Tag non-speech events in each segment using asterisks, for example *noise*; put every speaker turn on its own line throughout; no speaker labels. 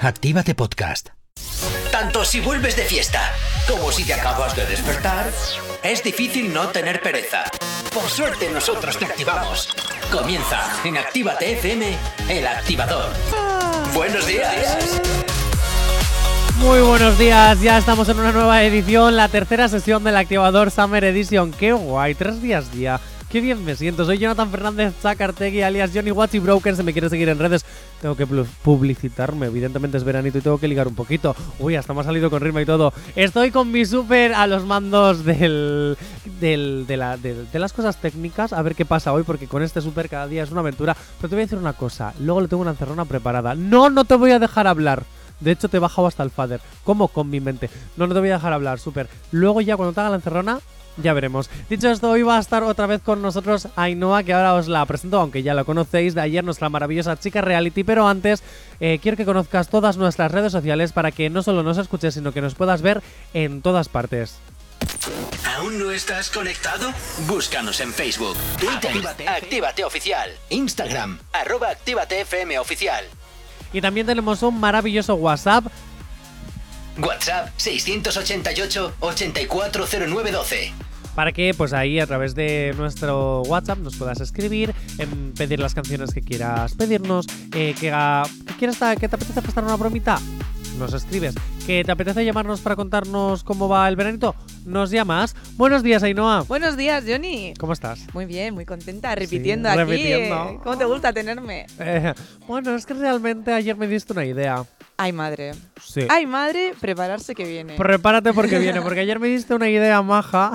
Actívate Podcast.
Tanto si vuelves de fiesta como si te acabas de despertar, es difícil no tener pereza. Por suerte nosotros te activamos. Comienza en Actívate FM, el activador. Buenos días.
Muy buenos días, ya estamos en una nueva edición, la tercera sesión del Activador Summer Edition. ¡Qué guay! Tres días ya. ¡Qué bien me siento! Soy Jonathan Fernández Zacartegui, alias Johnny Watch y Broker. Si me quieres seguir en redes, tengo que plu- publicitarme. Evidentemente es veranito y tengo que ligar un poquito. Uy, hasta me ha salido con rima y todo. Estoy con mi super a los mandos del, del- de, la- de- de las cosas técnicas. A ver qué pasa hoy, porque con este super cada día es una aventura. Pero te voy a decir una cosa. Luego le tengo una encerrona preparada. No, no te voy a dejar hablar. De hecho, te he bajado hasta el father. ¿Cómo? Con mi mente. No, no te voy a dejar hablar, súper. Luego ya cuando te haga la encerrona, ya veremos. Dicho esto, hoy va a estar otra vez con nosotros Ainhoa, que ahora os la presento, aunque ya la conocéis de ayer, nuestra maravillosa chica reality. Pero antes, eh, quiero que conozcas todas nuestras redes sociales para que no solo nos escuches, sino que nos puedas ver en todas partes.
¿Aún no estás conectado? Búscanos en Facebook, Twitter, Actívate, Oficial, Instagram, arroba Actívate FM Oficial,
Y también tenemos un maravilloso WhatsApp
WhatsApp 688-840912.
para que pues ahí a través de nuestro WhatsApp nos puedas escribir, em, pedir las canciones que quieras pedirnos, eh, que, haga- que quieras ta- que te apetece prestar una bromita, nos escribes, que te apetece llamarnos para contarnos cómo va el veranito, nos llamas. Buenos días, Ainhoa.
Buenos días, Johnny.
¿Cómo estás?
Muy bien, muy contenta, repitiendo aquí.
repitiendo.
eh. ¿Cómo te gusta tenerme?
Eh, bueno, es que realmente ayer me diste una idea.
Ay, madre.
Sí.
Ay, madre, prepararse que viene.
Prepárate porque viene, porque ayer me diste una idea maja.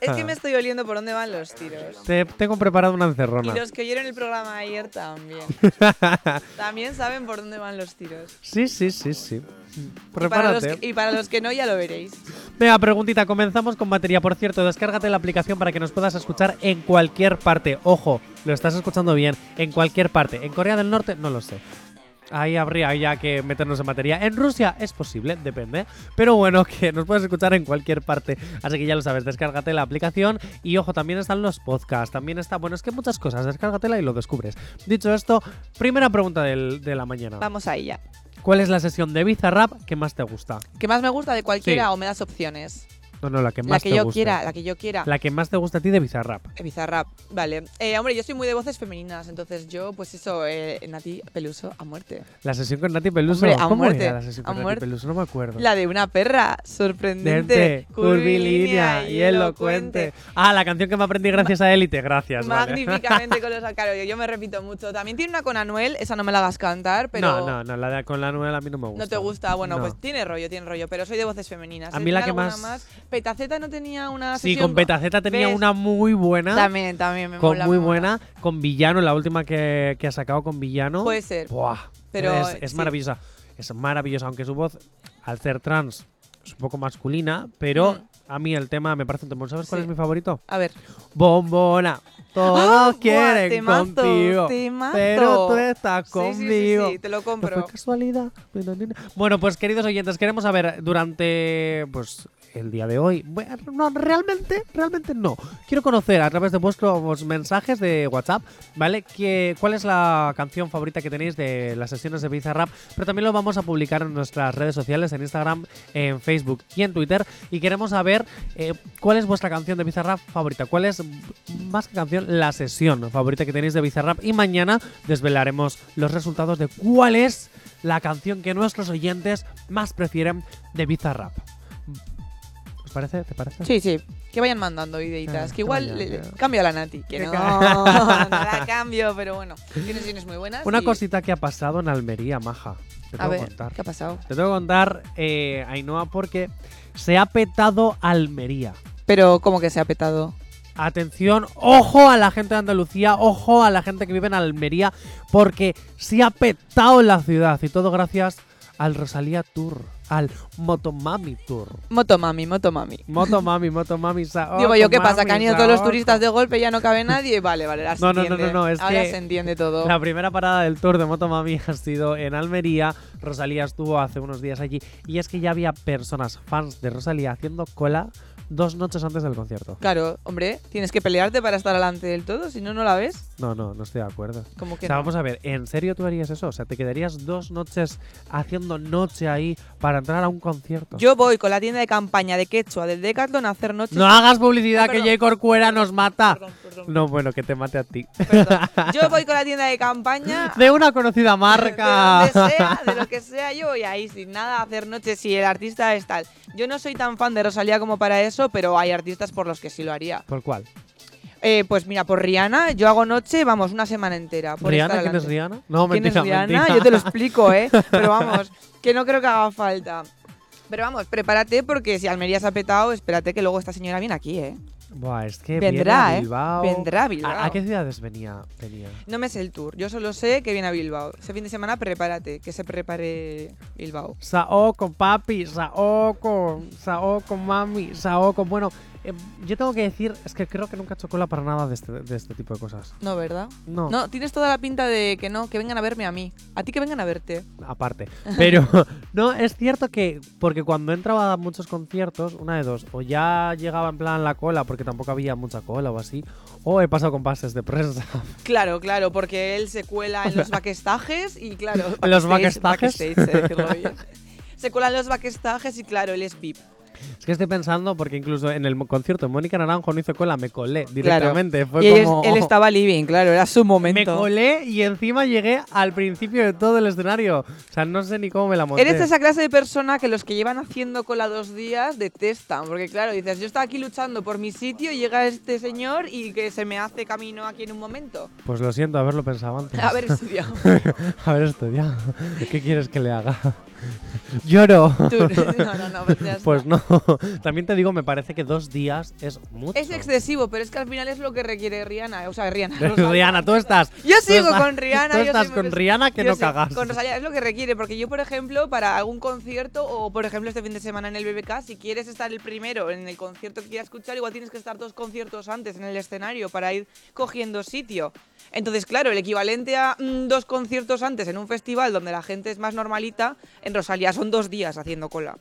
Es
Ah.
que me estoy oliendo por dónde van los tiros.
*laughs* Te tengo preparado una
Y
encerrona.
los que oyeron el programa
*laughs*
ayer también. También saben por dónde van los tiros.
Sí, sí, sí, sí.
Y para los
Prepárate.
que- y para los que no, ya lo veréis.
Venga, preguntita, comenzamos con batería. Por cierto, descárgate la aplicación para que nos puedas escuchar en cualquier parte. Ojo, lo estás escuchando bien, en cualquier parte. En Corea del Norte, no lo sé. Ahí habría ya que meternos en materia. En Rusia es posible, depende. Pero bueno, *laughs* que nos puedes escuchar en cualquier parte. Así que ya lo sabes, descárgate la aplicación. Y ojo, también están los podcasts. También está, bueno, es que muchas cosas. Descárgatela y lo descubres. Dicho esto, primera pregunta del- de la mañana.
Vamos a ella.
¿Cuál es la sesión de Bizarrap que más te gusta?
¿Qué más me gusta de cualquiera
Sí.
o me das opciones?
No, no, la que más
La que
te
yo
guste.
quiera, la que yo quiera.
La que más te gusta a ti de Bizarrap.
Bizarrap, vale. Eh, hombre, yo soy muy de voces femeninas, entonces yo, pues eso, eh, Nati Peluso a muerte.
La sesión con Nati Peluso.
Hombre, a
¿Cómo
muerte,
era la sesión
a
con Nati
muerte.
Peluso? No me acuerdo.
La de una perra sorprendente,
Dente, curvilínea y elocuente. Ah, la canción que me aprendí gracias a Élite. Gracias, vale. *laughs*
Magníficamente con los claro, yo- yo me repito mucho. También tiene una con Anuel, esa no me la hagas cantar, pero
No, no, no. La de- con la nueva a mí no me gusta.
no te gusta. Bueno,
No.
pues tiene rollo, tiene rollo, pero soy de voces femeninas.
A
¿eh?
mí la
¿Tiene
que
alguna
más-
Petaceta no tenía una
Sí,
sesión
con Betaceta tenía
¿Ves?
una muy buena.
También, también me
con
mola,
muy
me mola.
buena. Con Villano, la última que, que ha sacado con Villano.
Puede ser.
Buah,
Pero,
es, es
sí.
maravillosa. Es maravillosa, aunque su voz, al ser trans, es un poco masculina, pero
Mm.
a mí el tema me parece un temón. ¿Sabes cuál
Sí.
es mi favorito?
A ver.
Bombona, todos
¡Ah! Buah,
quieren
temazo,
contigo.
temazo.
Pero tú estás
Sí, sí, sí,
conmigo.
Sí, te lo
No
compro.
fue casualidad. Bueno, pues queridos oyentes, queremos saber durante pues el día de hoy. Bueno, no, realmente, realmente no. Quiero conocer a través de vuestros mensajes de WhatsApp, ¿vale? Que, ¿Cuál es la canción favorita que tenéis de las sesiones de Bizarrap? Pero también lo vamos a publicar en nuestras redes sociales, en Instagram, en Facebook y en Twitter. Y queremos saber eh, cuál es vuestra canción de Bizarrap favorita. ¿Cuál es, más que canción, la sesión favorita que tenéis de Bizarrap? Y mañana desvelaremos los resultados de cuál es la canción que nuestros oyentes más prefieren de Bizarrap. ¿Os parece? ¿Te parece?
Sí, sí. Que vayan mandando ideitas.
Ah,
que
que
igual
vayan,
le- le-
que-
cambio a la Nati. Que
Que
no,
ca-
no *laughs* la
*laughs*
cambio, pero bueno. Tienes tienes muy buenas.
Una
y-
cosita que ha pasado en Almería, Maja. Te
A
tengo que
ver,
contar.
¿qué ha pasado?
Te tengo que contar, eh, Ainhoa, porque se ha petado Almería.
Pero como que se ha petado.
Atención, ojo a la gente de Andalucía, ojo a la gente que vive en Almería, porque se ha petado la ciudad y todo gracias al Rosalía Tour, al Motomami Tour.
*laughs* Motomami, motomami.
Motomami, Oh, Motomami, sa-
Digo yo, ¿qué
Otomami,
pasa? Que han ido todos los
sa-
turistas de golpe, ya no cabe nadie. Vale, vale, ahora se
No, no, no,
entiende.
no, no, es
ahora
que
se entiende todo.
La primera parada del tour de Motomami ha sido en Almería. Rosalía estuvo hace unos días allí y es que ya había personas, fans de Rosalía, haciendo cola dos noches antes del concierto.
Claro, hombre, tienes que pelearte para estar delante del todo, si no, no la ves.
No, no, no estoy de acuerdo. O
Como que
sea,
no.
vamos a ver, ¿en serio tú harías eso? O sea, ¿te quedarías dos noches haciendo noche ahí para entrar a un concierto?
Yo voy con la tienda de campaña de Quechua del Decathlon a hacer noches.
No hagas publicidad
Ah,
que
perdón.
J. Corcuera nos mata.
Perdón, perdón,
No, bueno, que te mate a
*laughs*
ti.
perdón. Yo voy con la tienda
*laughs*
de campaña.
De una conocida
De donde sea,
marca.
de lo que sea, yo voy ahí sin nada a hacer noches si el artista es tal. Yo no soy tan fan de Rosalía como para eso, pero hay artistas por los que sí lo haría.
¿Por cuál?
Eh, pues mira, por Rihanna, yo hago noche, vamos, una semana entera. por
¿Rihanna?
estar
¿Quién es
adelante.
Rihanna? No,
¿Quién
mentira,
es Rihanna?
mentira.
Yo te lo explico, ¿eh?
*laughs*
Pero vamos, que no creo que haga falta. Pero vamos, prepárate porque si Almería se ha petado, espérate que luego esta señora viene aquí, ¿eh?
Buah, es que
Vendrá,
viene a
¿eh?
Bilbao.
Vendrá a Bilbao.
¿A, a qué ciudades venía? venía?
No me sé el tour, yo solo sé que viene a Bilbao. Ese fin de semana prepárate, que se prepare Bilbao.
Saoko, papi, Saoko, Saoko, mami, Saoko. Bueno, eh, yo tengo que decir, es que creo que nunca hecho cola para nada de este, de este tipo de cosas.
No, ¿verdad?
No,
No, tienes toda la pinta de que no, que vengan a verme a mí. A ti que vengan a verte. *laughs*
aparte. Pero no, es cierto que, porque cuando entraba a muchos conciertos, una de dos, o ya llegaba en plan la cola, porque tampoco había mucha cola o así, o he pasado con pases de prensa.
Claro, claro, porque él se
*laughs*
cuela en los backstages y claro.
¿En los
backstage-
backstages?
backstage, eh, decirlo
*laughs*
bien. Se cuela en los backstages y claro, él es VIP.
Es que estoy pensando, porque incluso en el mo- concierto de Mónica Naranjo no hice cola, me colé directamente. Fue
y él,
como...
él estaba living, claro, era su
Me
momento.
colé y encima llegué al principio de todo el escenario. O sea, no sé ni cómo me la monté.
Eres esa clase de persona que los que llevan haciendo cola dos días detestan, porque claro, dices, yo estaba aquí luchando por mi sitio, y llega este señor y que se me hace camino aquí en un momento.
Pues lo siento, haberlo pensado antes. *laughs*
Haber estudiado.
Haber estudiado. ¿Qué quieres que le haga? *laughs* Lloro.
*laughs* Tú- No, no, no, pues ya está.
Pues no. *laughs* También te digo, me parece que dos días es mucho.
Es excesivo, pero es que al final es lo que requiere Rihanna. O sea,
*laughs*
Rihanna. Rosalía.
Rihanna, tú estás.
Yo
tú
sigo
estás-
con Rihanna.
Tú
yo
estás
sigo
con Rihanna que
yo
no
sigo
cagas.
Con Rosalía es lo que requiere, porque yo, por ejemplo, para algún concierto o, por ejemplo, este fin de semana en el BBK, si quieres estar el primero en el concierto que quieras escuchar, igual tienes que estar dos conciertos antes en el escenario para ir cogiendo sitio. Entonces, claro, el equivalente a mm, dos conciertos antes en un festival donde la gente es más normalita, en Rosalía son dos días haciendo cola.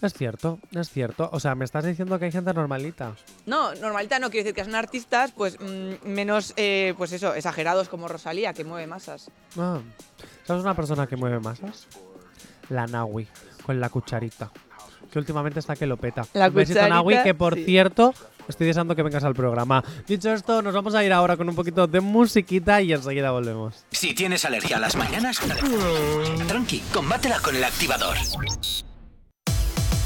Es cierto, es cierto. O sea, me estás diciendo que hay gente normalita.
No, normalita no quiere decir que son artistas, pues mm, menos, eh, pues eso, exagerados como Rosalía, que mueve masas.
Ah, ¿Sabes una persona que mueve masas? La Nawi, con la cucharita. Que últimamente está que lo peta.
La
Un besito,
cucharita,
Nawi, que por
sí.
cierto, estoy deseando que vengas al programa. Dicho esto, nos vamos a ir ahora con un poquito de musiquita y enseguida volvemos.
Si tienes alergia a las mañanas, tranqui, combátela con el activador.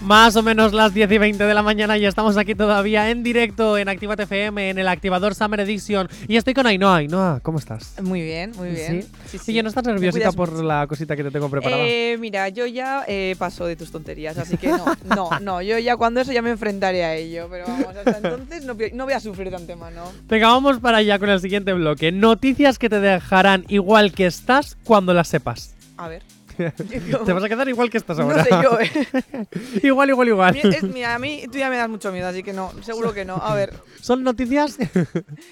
Más o menos las 10 y 20 de la mañana y estamos aquí todavía en directo en Activa FM, en el activador Summer Edition. Y estoy con Ainhoa. Ainhoa, ¿cómo estás?
Muy bien, muy bien.
¿Sí?
Sí,
Oye, ¿no estás
Me
nerviosita
cuidas
por la cosita que te tengo preparada?
Eh, mira, yo ya eh, paso de tus tonterías, así que no,
*laughs*
no, no, yo ya cuando eso ya me enfrentaré a ello, pero vamos, hasta entonces no, pi- no voy a sufrir de antemano.
Venga, vamos para allá con el siguiente bloque. Noticias que te dejarán igual que estás cuando las sepas.
A
*laughs*
ver. *laughs*
Te vas a quedar igual que estás ahora.
No
*laughs*
sé yo, eh.
igual, igual, igual.
Mi- es- Mira, a mí tú ya me das mucho miedo, así que no, seguro que no. A ver,
*laughs* Son noticias
*laughs*
que,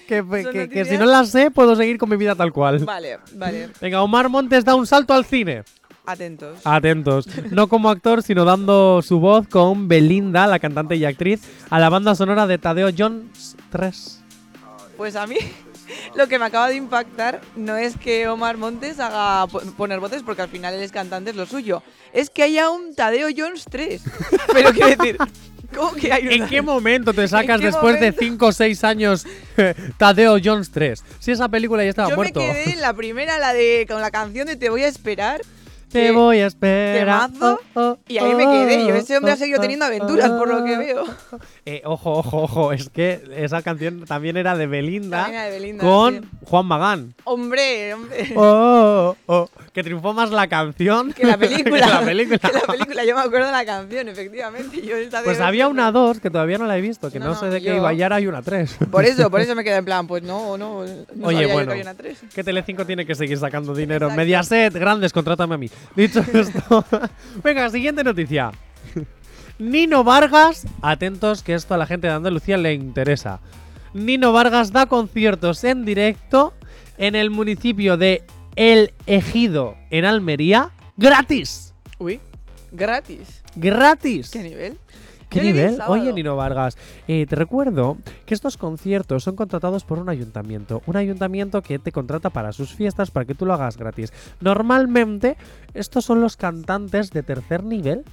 que- que- que si
noticias-
no las sé puedo seguir con mi vida tal cual.
vale, vale,
Venga, Omar Montes da un salto al cine.
atentos.
Atentos. No como actor, sino dando su voz con Belinda, la cantante y actriz, a la banda sonora de Tadeo Jones 3.
Pues a mí *laughs* lo que me acaba de impactar no es que Omar Montes haga po- poner voces, porque al final él es cantante, es lo suyo. Es que haya un Tadeo Jones
*laughs*
3. Pero quiero decir, ¿cómo que hay un
¿En qué momento te sacas
qué
después
momento?
de 5 o 6 años *laughs* Tadeo Jones 3? Si esa película ya estaba
Yo
muerto.
me quedé en la primera, la de con la canción de Te voy a esperar.
Te
que-
voy a esperar. Oh,
temazo, Y ahí me quedé. Yo ese hombre ha seguido teniendo aventuras, por lo que veo.
Eh, ojo, ojo, ojo. Es que esa canción también era de Belinda,
También era de Belinda,
con
sí.
Juan
*laughs*
Magán.
Hombre, hombre.
*laughs* Oh, oh, oh, que triunfó más la canción
Que la
*laughs*
película.
que la película.
*laughs* que la película, Yo me acuerdo de la canción, efectivamente. Yo esta
Pues
de-
había una 2 que todavía no la he visto, que no,
No,
sé
no,
de qué
yo-
iba. Y ahora hay una 3.
Por eso, por eso me quedé en plan, pues no, no. no
Oye,
sabía yo
bueno.
que había una tres.
Que Telecinco tiene que seguir sacando dinero.
Exacto.
Mediaset, grandes, contrátame a mí. Dicho esto, *laughs* venga, siguiente noticia. Nino Vargas, atentos que esto a la gente de Andalucía le interesa. Nino Vargas da conciertos en directo en el municipio de El Ejido, en Almería, gratis.
Uy. Gratis.
¡Gratis!
¿Qué nivel?
¿Qué
Yo le vi el
nivel? Oye,
sábado.
Nino Vargas, eh, te recuerdo que estos conciertos son contratados por un ayuntamiento. Un ayuntamiento que te contrata para sus fiestas para que tú lo hagas gratis. Normalmente, estos son los cantantes de tercer nivel.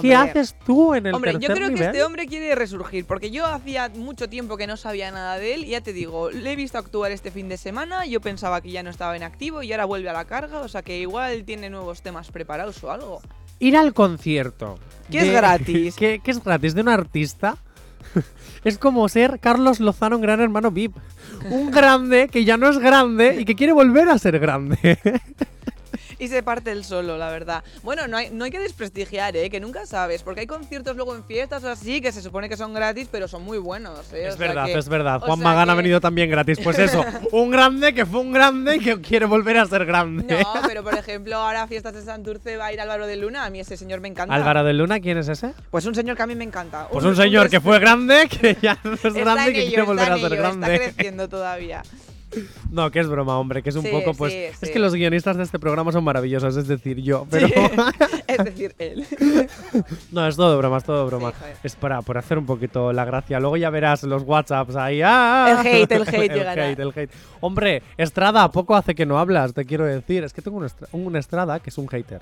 ¿Qué
Hombre.
haces tú en el
Hombre, yo
tercer
creo que
nivel?
este hombre quiere resurgir, porque yo hacía mucho tiempo que no sabía nada de él, y ya te digo, le he visto actuar este fin de semana, yo pensaba que ya no estaba en activo y ahora vuelve a la carga, o sea que igual tiene nuevos temas preparados o algo.
Ir al concierto.
Que es
*laughs*
gratis.
Que, que es gratis de un artista. *laughs* es como ser Carlos Lozano, un gran hermano VIP. Un grande que ya no es grande y que quiere volver a ser grande.
Y se parte el solo, la verdad. Bueno, no hay, no hay que desprestigiar, ¿eh? que nunca sabes, porque hay conciertos luego en fiestas o así que se supone que son gratis, pero son muy buenos. ¿eh?
Es
o sea
verdad,
que-
es verdad.
o
Juan
sea
Magán ha
que-
venido también gratis. Pues
*laughs*
eso, un grande que fue un grande y que quiere volver a ser grande. *laughs*
No, pero por ejemplo, ahora a fiestas de Santurce va a ir Álvaro de Luna, a mí ese señor me encanta.
Álvaro de Luna, ¿quién es ese?
Pues un señor que a mí me encanta.
Pues un señor que
res-
fue grande, que ya no es
Está
grande y
en
que
ello,
quiere volver
está
a
en
ser
ello, Está
grande. *laughs*
creciendo todavía.
No, que es broma, hombre, que es un
Sí,
poco, pues...
sí,
Es
sí.
que los guionistas de este programa son maravillosos, es decir, yo, pero...
*laughs* es decir, él.
No, es todo broma, es todo broma.
Sí, joder.
es para por hacer un poquito la gracia. Luego ya verás los WhatsApps ahí. ¡ah!
El hate, el
*laughs*
hate
el
llegará.
hate, el hate. Hombre, Estrada, poco hace que no hablas, te quiero decir. Es que tengo un, Estra- un Estrada que es un hater.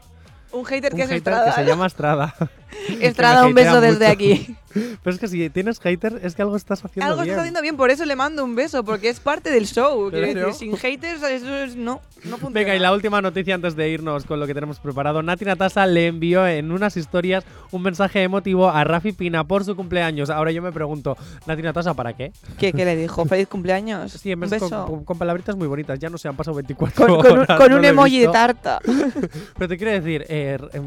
Un hater
un
que es
hater
Estrada.
que se llama
*laughs*
Estrada. *laughs*
Estrada,
Que me
un beso
hatea
desde
mucho.
aquí.
Pero es que si tienes hater, es que algo estás *laughs* haciendo
Algo
bien.
está haciendo bien, por eso le mando un beso, porque es parte del show. Quiero
Claro.
decir, sin haters, eso es. No, no funciona.
Venga, y la última noticia antes de irnos con lo que tenemos preparado. Nati Natasa le envió en unas historias un mensaje emotivo a Rafi Pina por su cumpleaños. Ahora yo me pregunto, Nati Natasa, ¿para qué?
¿Qué, qué le dijo? ¿Feliz cumpleaños?
Sí, en
un
vez con,
beso.
con- con palabritas muy bonitas, ya no se han pasado 24
Con, con un,
horas,
con
*laughs* no
lo
un
he
emoji de
visto.
tarta.
*laughs* Pero te quiero decir, eh, r- em,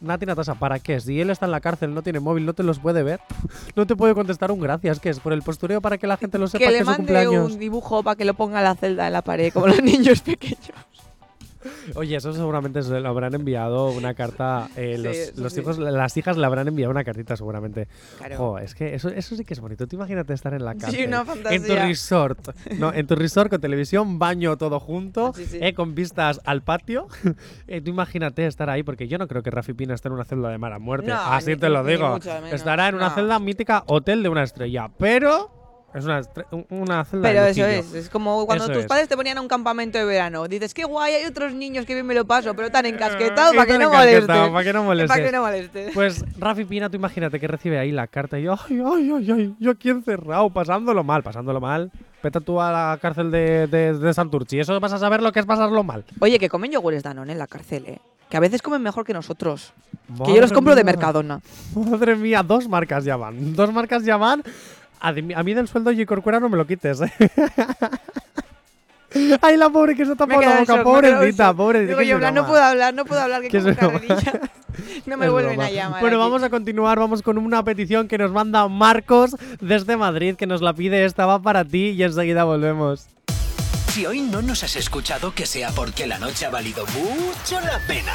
Nati Natasa, ¿para qué? Si él está en la cárcel, no tiene móvil, no te los puede ver, *laughs* no te puede contestar un gracias, que es por el postureo para que la gente lo sepa
Que
que,
le
es su
mande
cumpleaños.
un dibujo para que lo ponga en la celda en la pared, como los *laughs* niños pequeños.
Oye, eso seguramente se le habrán enviado una carta, eh,
Sí,
los,
eso
los
sí.
hijos, las hijas le habrán enviado una cartita seguramente.
Claro.
Jo, es que eso, eso sí que es bonito. Tú imagínate estar en la
Sí,
cárcel.
una
En tu
fantasía.
resort. No, en tu resort con televisión, baño todo junto,
Sí, sí.
eh, con vistas al patio. *laughs* Eh, tú imagínate estar ahí, porque yo no creo que Rafi Pina esté en una celda de mala muerte.
No,
Así
ni-
te lo
ni
digo.
mucho menos,
Estará en una
no.
celda mítica hotel de una estrella. Pero es una, estre- un- una celda de
Pero eso
lujillo.
es, es como cuando
Eso
tus
es.
padres te ponían a un campamento de verano. Dices, qué guay, hay otros niños que bien me lo paso, pero tan
Eh,
encasquetado para que,
tan
no molestes.
encasquetado, para que no
Para que
molestes.
no molestes.
Pues Rafi Pina, tú imagínate que recibe ahí la carta y yo, ay, ay, ay, ay, yo aquí encerrado, pasándolo mal, pasándolo mal. Vete tú a la cárcel de, de, de Santurchi, eso vas a saber lo que es pasarlo mal.
Oye, que comen yogures Danone en la cárcel, ¿eh? Que a veces comen mejor que nosotros. que yo los
Madre
compro de
mía.
Mercadona.
Madre mía, dos marcas ya van, dos marcas ya van. A, de mí- a mí del sueldo y Corcuera no me lo quites,
*laughs*
¿eh? Ay, la pobre que se ha
Me he
tapado la
quedado en
boca,
shock, me he quedado en
pobrecita,
shock.
pobrecita.
Digo,
que es
yo, en plan,
broma.
no puedo hablar, no puedo hablar, que
*laughs* Que es
como
broma.
carrerilla. No me
Es
vuelven
broma.
a llamar.
Bueno,
aquí.
vamos a continuar, vamos con una petición que nos manda Marcos desde Madrid, que nos la pide, esta va para ti y enseguida volvemos.
Si hoy no nos has escuchado, que sea porque la noche ha valido mucho la pena.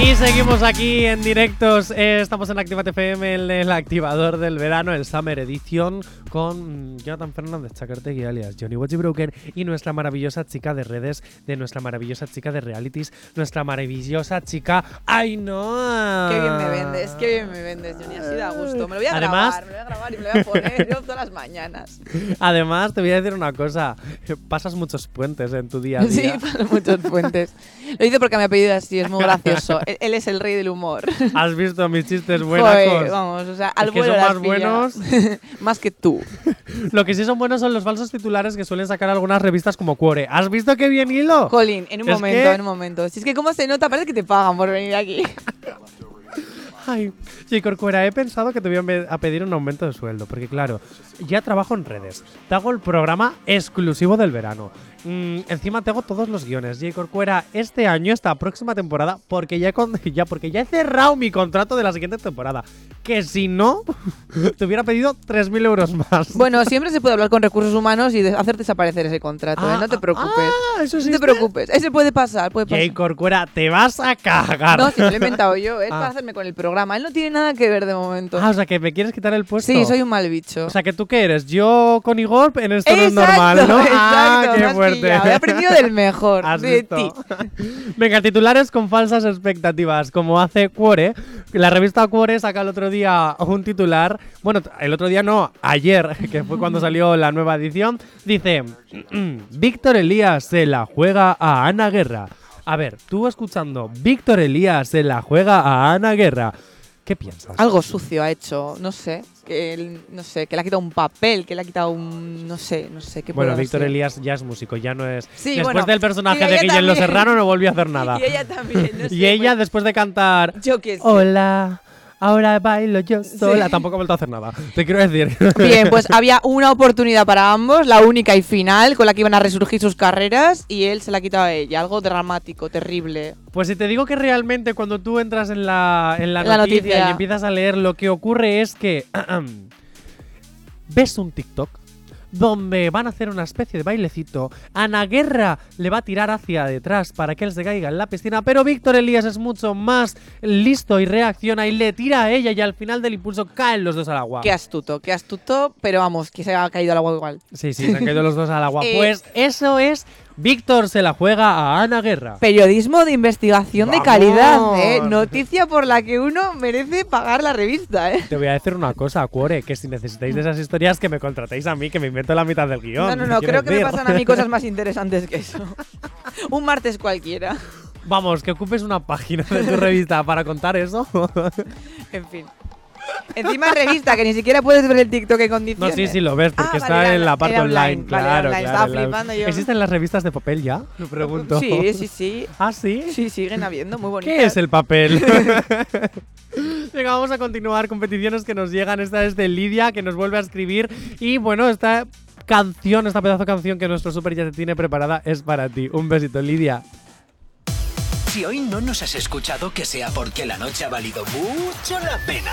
Y seguimos aquí en directos, eh, estamos en Activate FM, el, el activador del verano, el Summer Edition, con mm, Jonathan Fernández Chacartegui, alias Johnny Watchy Broker, y nuestra maravillosa chica de redes, de nuestra maravillosa chica de realities, nuestra maravillosa chica Ainhoa.
Qué bien me vendes, qué bien me vendes, Johnny. Así da gusto. Me lo voy a
Ah. Además-
grabar, me lo voy a grabar y me lo voy a poner *laughs* yo todas las mañanas.
Además, te voy a decir una cosa. Pasas muchos puentes en tu día a
*laughs* Sí,
día.
para muchos puentes. Lo hice porque me ha pedido así, es
*laughs*
muy gracioso. Él- Él es el rey del humor.
Has visto mis chistes
Joder,
buenacos.
vamos, o sea, al
Es que
vuelo
son
las
más buenos.
pilla. *laughs* más que tú.
Lo que sí son buenos son los falsos titulares que suelen sacar algunas revistas como Cuore. ¿Has visto qué bien hilo?
Colin, en
*laughs*
un
Es
momento,
que-
en un momento. Si es que cómo se nota, parece que te pagan por
*laughs*
venir aquí.
Ay, sí, Corcuera, he pensado que te voy a me- a pedir un aumento de sueldo, porque claro, ya trabajo en redes, te hago el programa exclusivo del verano, Mm, encima tengo todos los guiones. J. Corcuera, este año, esta próxima temporada, porque ya, he con- *laughs* ya, porque ya he cerrado mi contrato de la siguiente temporada. Que si no, *laughs* te hubiera pedido 3.000 euros más.
Bueno, siempre se puede hablar con recursos humanos y de- hacer desaparecer ese contrato, ¿eh?
Ah,
no te
ah,
preocupes.
ah, ¿eso
no te
existe?
preocupes, ese puede pasar, puede pasar.
J. Corcuera, te vas a cagar.
No,
*laughs*
si me lo he inventado yo, ¿eh? es para
Ah.
hacerme con el programa. Él no tiene nada que ver de momento.
Ah, o sea, que me quieres quitar el puesto.
sí, soy un mal bicho.
O sea, que tú qué eres, yo con Igor en esto no es
exacto,
normal, ¿no?
exacto,
ah,
me
qué
has
fuerte.
pillado,
*laughs*
He aprendido del mejor,
Has
de
visto.
ti.
*laughs* Venga, titulares con falsas expectativas, como hace Cuore. La revista Cuore saca el otro día un titular, bueno, t- el otro día no, ayer, *laughs* que fue cuando salió la nueva edición, dice, *clears throat* Víctor Elías se la juega a Ana Guerra. A ver, tú escuchando, Víctor Elías se la juega a Ana Guerra. ¿Qué piensas?
Algo sucio ha hecho, no sé, que él- no sé, que le ha quitado un papel, que le ha quitado un, no sé, no sé, qué
Bueno,
puede
Víctor
haber sido.
Elías ya es músico, ya no es...
Sí,
Después
bueno,
del personaje de
y ella
Guillermo Lo
también.
Serrano no volvió a hacer nada.
*laughs* Y ella también,
*laughs*
no sé,
Y ella,
pues,
después de cantar
yo qué sé.
Hola, ahora bailo yo sola.
Sí.
Tampoco ha vuelto a hacer nada. Te quiero decir.
Bien, pues había una oportunidad para ambos, la única y final, con la que iban a resurgir sus carreras, y él se la ha quitado a ella. Algo dramático, terrible.
Pues si te digo que realmente cuando tú entras en la, en la,
La
noticia,
noticia.
y empiezas a leer, lo que ocurre es que ves un TikTok donde van a hacer una especie de bailecito. Ana Guerra le va a tirar hacia detrás para que él se caiga en la piscina, pero Víctor Elías es mucho más listo y reacciona y le tira a ella y al final del impulso caen los dos al agua.
Qué astuto, qué astuto, pero vamos, que se ha caído al agua igual.
Sí, sí, se han caído los dos al agua.
*laughs* Eh,
Pues eso es. Víctor se la juega a Ana Guerra.
Periodismo de investigación de
Vamos.
calidad, ¿eh? Noticia por la que uno merece pagar la revista, ¿eh?
Te voy a decir una cosa, Cuore, que si necesitáis de esas historias, que me contratéis a mí, que me invento la mitad del guión.
No, no, no,
quiero
creo que me
decir.
pasan a mí cosas más interesantes que eso. *laughs* Un martes cualquiera.
*laughs* Vamos, que ocupes una página de tu revista para contar
*laughs*
eso.
En fin. Encima es revista, que ni siquiera puedes ver el TikTok en
no,
condiciones.
sí, sí lo ves,
Ah,
porque está
vale, era-
en la parte
era
online.
online, vale,
Claro,
online,
claro.
estaba
en la-
flipando yo.
¿Existen las revistas de papel ya? Lo pregunto.
Sí, sí, sí.
*laughs* ¿Ah, sí?
Sí, siguen habiendo, muy bonitas.
¿Qué es el papel?
*laughs*
*laughs* Venga, vamos a continuar. Competiciones que nos llegan. Esta es de Lidia, que nos vuelve a escribir. Y bueno, esta canción, esta pedazo de canción que nuestro super ya te tiene preparada es para ti. Un besito, Lidia.
Si hoy no nos has escuchado, que sea porque la noche ha valido mucho la pena.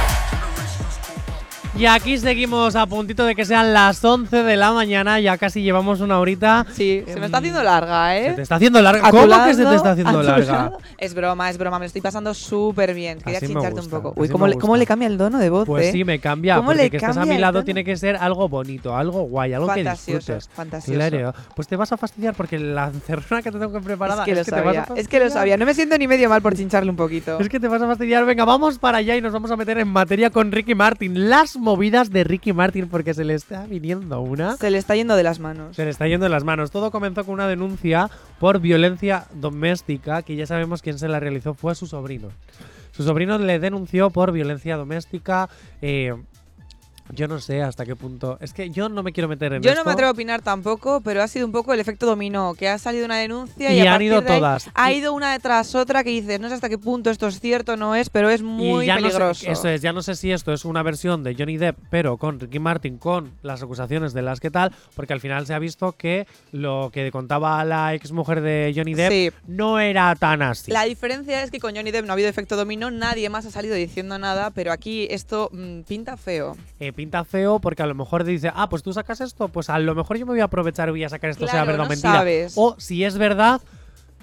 Y aquí seguimos a puntito de que sean las 11 de la mañana. Ya casi llevamos una horita.
Sí, se me está haciendo larga, ¿eh?
Se te está haciendo larga.
A tu
¿Cómo que
lado,
se te está
a
haciendo
tu
larga?
lado. Es broma, es broma, me lo estoy pasando súper bien. Quería
Así me
chincharte un
gusta,
poco.
así
Uy, ¿cómo
me
le, cómo
gusta.
le cambia el dono de voz,
Pues
eh?
sí, me cambia.
¿Cómo
porque
le
que estás a
cambia
mi
el
lado
tono?
tiene que ser algo bonito, algo guay, algo que
Fantasioso,
disfrutes.
fantasioso.
Claro. Pues te vas a fastidiar porque la encerrona que te tengo preparada
es que lo
te vas a
sabía, es que lo
fastidiar.
sabía. No me siento ni medio mal por chincharle un poquito.
Es que te vas a fastidiar. Venga, vamos para allá y nos vamos a meter en materia con Ricky Martin. Las movidas de Ricky Martin porque se le está viniendo una.
Se le está yendo de las manos.
¿ah? Se le está yendo de las manos. Todo comenzó con una denuncia por violencia doméstica, que ya sabemos quién se la realizó fue su sobrino. Su sobrino le denunció por violencia doméstica. eh, yo no sé hasta qué punto. Es que yo no me quiero meter en
Yo
esto.
no me atrevo a opinar tampoco, pero ha sido un poco el efecto dominó, que ha salido una denuncia y,
Y
a
han
partir
ido
de ahí
todas.
ha
Y-
ido una tras otra que dices, no sé hasta qué punto esto es cierto, no es, pero es
Y
muy
ya no sé-
peligroso.
eso es, ya no sé si esto es una versión de Johnny Depp, pero con Ricky Martin, con las acusaciones de las que tal, porque al final se ha visto que lo que contaba la ex mujer de Johnny Depp
Sí.
no era tan así.
La diferencia es que con Johnny Depp no ha habido efecto dominó, nadie más ha salido diciendo nada, pero aquí esto mm, pinta feo.
eh, pinta feo porque a lo mejor dice, ah, pues tú sacas esto, pues a lo mejor yo me voy a aprovechar y voy a sacar esto, sea
Claro,
verdad o
no
mentira.
sabes.
O si es verdad,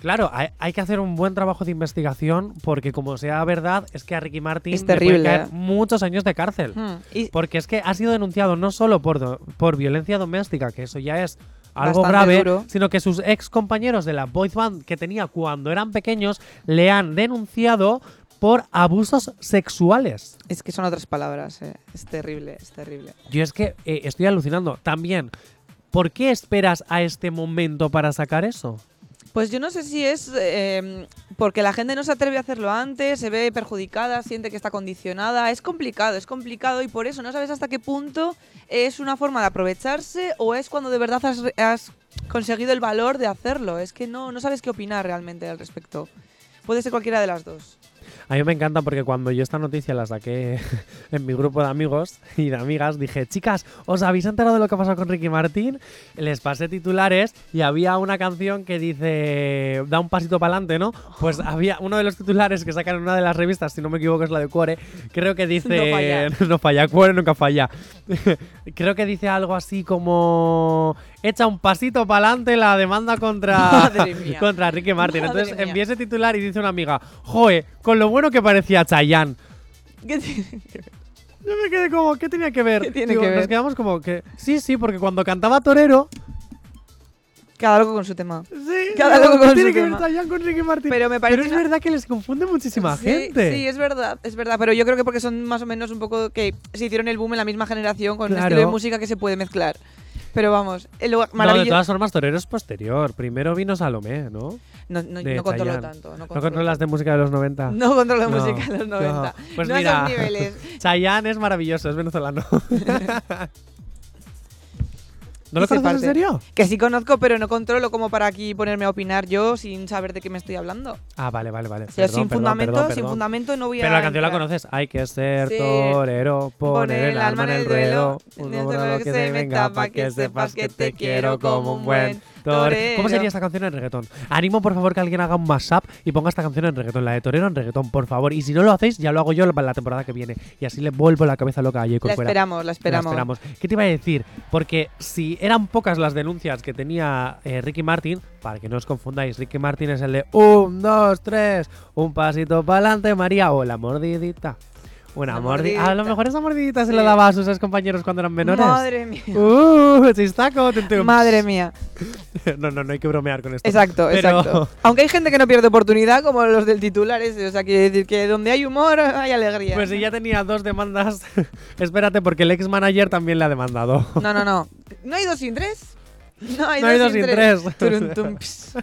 claro, hay, hay que hacer un buen trabajo de investigación porque como sea verdad, es que a Ricky Martin
Es
le pueden
terrible.
caer muchos años de cárcel.
Hmm, Y
Porque es que ha sido denunciado no solo por, do- por violencia doméstica, que eso ya es algo
Bastante
grave,
duro.
sino que sus ex compañeros de la boy band que tenía cuando eran pequeños le han denunciado por abusos sexuales.
es que son otras palabras, eh. es terrible, es terrible.
Yo es que eh, estoy alucinando. También, ¿por qué esperas a este momento para sacar eso?
Pues yo no sé si es eh, porque la gente no se atreve a hacerlo antes, se ve perjudicada, siente que está condicionada. Es complicado, es complicado y por eso no sabes hasta qué punto es una forma de aprovecharse o es cuando de verdad has, has conseguido el valor de hacerlo. Es que no, no sabes qué opinar realmente al respecto. Puede ser cualquiera de las dos.
A mí me encanta porque cuando yo esta noticia la saqué *laughs* en mi grupo de amigos y de amigas, dije, chicas, ¿os habéis enterado de lo que ha pasado con Ricky Martín? Les pasé titulares y había una canción que dice, da un pasito para adelante, ¿no?
Oh.
Pues había uno de los titulares que sacan en una de las revistas, si no me equivoco es la de Cuore, creo que dice,
falla.
*laughs* no falla, Cuore nunca falla. *laughs* creo que dice algo así como, echa un pasito para adelante la demanda contra,
Madre
*laughs*
mía.
contra Ricky Martin.
Madre
Entonces
mía.
envié ese titular y dice una amiga, joe, con lo bueno que parecía Chayanne.
¿Qué tiene?
Yo me quedé como, ¿qué tenía que ver?
¿Qué tiene que
Nos
ver?
quedamos como que, sí, sí, porque cuando cantaba Torero,
Cada loco con su tema.
sí,
Cada
digo,
loco
¿qué
con
tiene
su
que ver
tema.
Chayanne con Ricky Martin.
Pero me parece
es
una-
verdad que les confunde muchísima
Sí,
gente.
Sí, es verdad, es verdad. Pero yo creo que porque son más o menos un poco que se hicieron el boom en la misma generación con un
Claro.
estilo de música que se puede mezclar. Pero vamos, el lugar
No, de
maravilloso.
todas formas, Torero es posterior. Primero vino Salomé, ¿no?
No, no,
de
no controlo
Chayanne.
tanto. No
No
controlo,
controlas de música de los 90.
no controlo
No,
música en los
no.
90.
Pues
no
mira.
a esos niveles.
Chayanne es maravilloso, es
*laughs*
venezolano. *laughs* ¿No lo
Hice
conoces en
parte.
serio?
Que sí conozco, pero no controlo como para aquí ponerme a opinar yo sin saber de qué me estoy hablando. O
Ah, vale, vale, vale.
sea,
Perdón,
sin
perdón,
fundamento,
perdón,
sin
perdón.
fundamento no voy a.
Pero la canción la
entrar.
conoces. Hay que ser
Sí.
torero, poner el alma en el ruedo. Uno por lo que se venga, pa' que sepas que te quiero como un buen torero. ¿Cómo sería esta canción en reggaetón? Animo, por favor, que alguien haga un mashup y ponga esta canción en reggaetón, la de torero en reggaetón, por favor. Y si no lo hacéis, ya lo hago yo para la temporada que viene. Y así le vuelvo la cabeza loca a Jay
La
Corcuera.
esperamos, la esperamos.
La esperamos. ¿Qué te iba a decir? Porque si eran pocas las denuncias que tenía eh, Ricky Martin, para que no os confundáis, Ricky Martin es el de un, dos, tres, un pasito para adelante, María, o la mordidita. Una
La
mordidita. A
mordidita.
lo mejor esa mordidita se
Sí.
la daba a sus ex compañeros cuando eran menores.
Madre mía.
¡Uh! ¡Chistaco! tum, tum.
Madre mía.
*laughs* No, no, no hay que bromear con esto.
Exacto,
Pero-
exacto. Aunque hay gente que no pierde oportunidad, como los del titular ese. O sea, quiere decir que donde hay humor hay
*laughs*
alegría.
Pues si ya tenía dos demandas, *laughs* espérate, porque el ex manager también la ha demandado. *laughs*
No, no, no. ¿No hay dos sin tres? No hay,
No hay
dos,
dos
sin
sin
tres.
tres. *laughs*
Turun, tum, ps.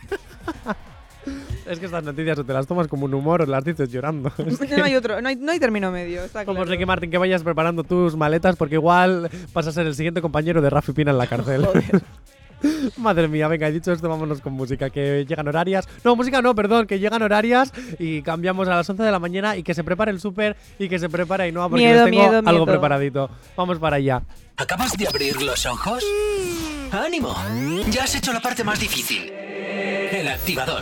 Es que estas noticias o te las tomas como un humor o las dices llorando. *laughs* Es que-
No hay otro, no hay, no hay término medio. Está
Como
claro.
Ricky Martin, que vayas preparando tus maletas porque igual vas a ser el siguiente compañero de Rafi Pina en la cárcel.
Joder.
*laughs* Madre mía, venga, dicho esto, vámonos con música, que llegan horarias. No, música no, perdón, que llegan horarias y cambiamos a las 11 de la mañana y que se prepare el súper y que se prepare y no, porque
Miedo,
les tengo
miedo,
algo
miedo.
preparadito. Vamos para allá.
¿Acabas de abrir los ojos? ¡Ánimo! Ya has hecho la parte más difícil. El activador.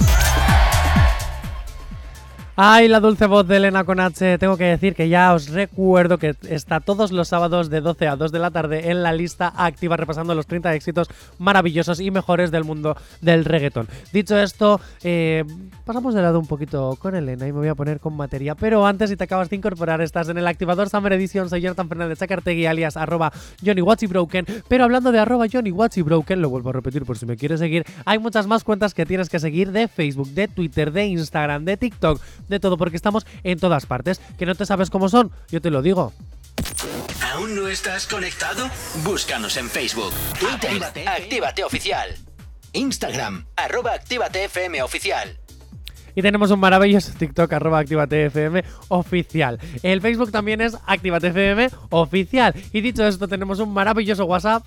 Ay, la dulce voz de Elena con H. Tengo que decir que ya os recuerdo que está todos los sábados de 12 a 2 de la tarde en la lista activa repasando los 30 éxitos maravillosos y mejores del mundo del reggaetón. Dicho esto, eh, pasamos de lado un poquito con Elena y me voy a poner con materia. Pero antes, si te acabas de incorporar, estás en el activador Summer Edition. Soy Jonathan Fernández Chacartegui, alias arroba Johnny Watchy Broken. Pero hablando de arroba Johnny Watchy Broken, lo vuelvo a repetir por si me quieres seguir, hay muchas más cuentas que tienes que seguir de Facebook, de Twitter, de Instagram, de TikTok, de todo, porque estamos en todas partes. ¿Que no te sabes cómo son? Yo te lo digo.
¿Aún no estás conectado? Búscanos en Facebook, Twitter, Actívate, Oficial, Instagram, arroba Actívate FM Oficial.
Y tenemos un maravilloso TikTok, arroba Actívate FM oficial. El Facebook también es Actívate FM oficial. Y dicho esto, tenemos un maravilloso WhatsApp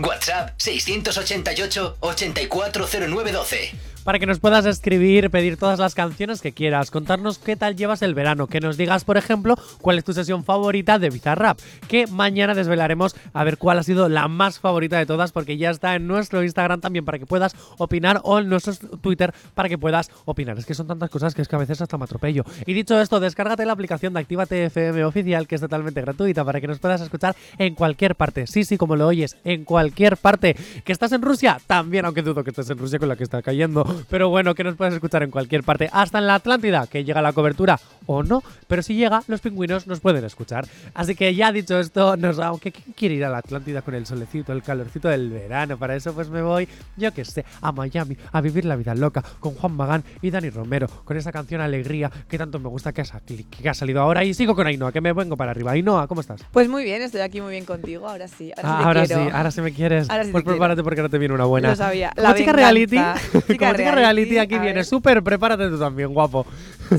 WhatsApp 688-840912.
para que nos puedas escribir, pedir todas las canciones que quieras, contarnos qué tal llevas el verano, que nos digas, por ejemplo, cuál es tu sesión favorita de Bizarrap, que mañana desvelaremos a ver cuál ha sido la más favorita de todas, porque ya está en nuestro Instagram también para que puedas opinar o en nuestro Twitter para que puedas opinar. Es que son tantas cosas que es que a veces hasta me atropello. Y dicho esto, descárgate la aplicación de Actívate FM oficial, que es totalmente gratuita, para que nos puedas escuchar en cualquier parte. Sí, sí, como lo oyes, en cualquier parte. ¿Que estás en Rusia? También, aunque dudo que estés en Rusia con la que está cayendo. Pero bueno, que nos puedes escuchar en cualquier parte. Hasta en la Atlántida, que llega la cobertura o no. Pero si llega, los pingüinos nos pueden escuchar. Así que ya dicho esto, nos aunque ¿quién quiere ir a la Atlántida con el solecito, el calorcito del verano? Para eso pues me voy, yo que sé, a Miami, a vivir la vida loca, con Juan Magán y Dani Romero, con esa canción Alegría que tanto me gusta que ha, sa- que ha salido ahora. Y sigo con Ainhoa, que me vengo para arriba. Ainhoa, ¿cómo estás?
Pues muy bien, estoy aquí muy bien contigo. Ahora sí, ahora sí.
Ah,
te
ahora
quiero.
sí, ahora sí me quieres.
Ahora sí te
pues
quiero.
prepárate porque ahora te viene una buena.
Lo sabía.
Como chica
venganza.
reality,
Chica
*laughs* como temática reality,
reality,
aquí
a
viene.
ver.
Súper, prepárate tú también, guapo.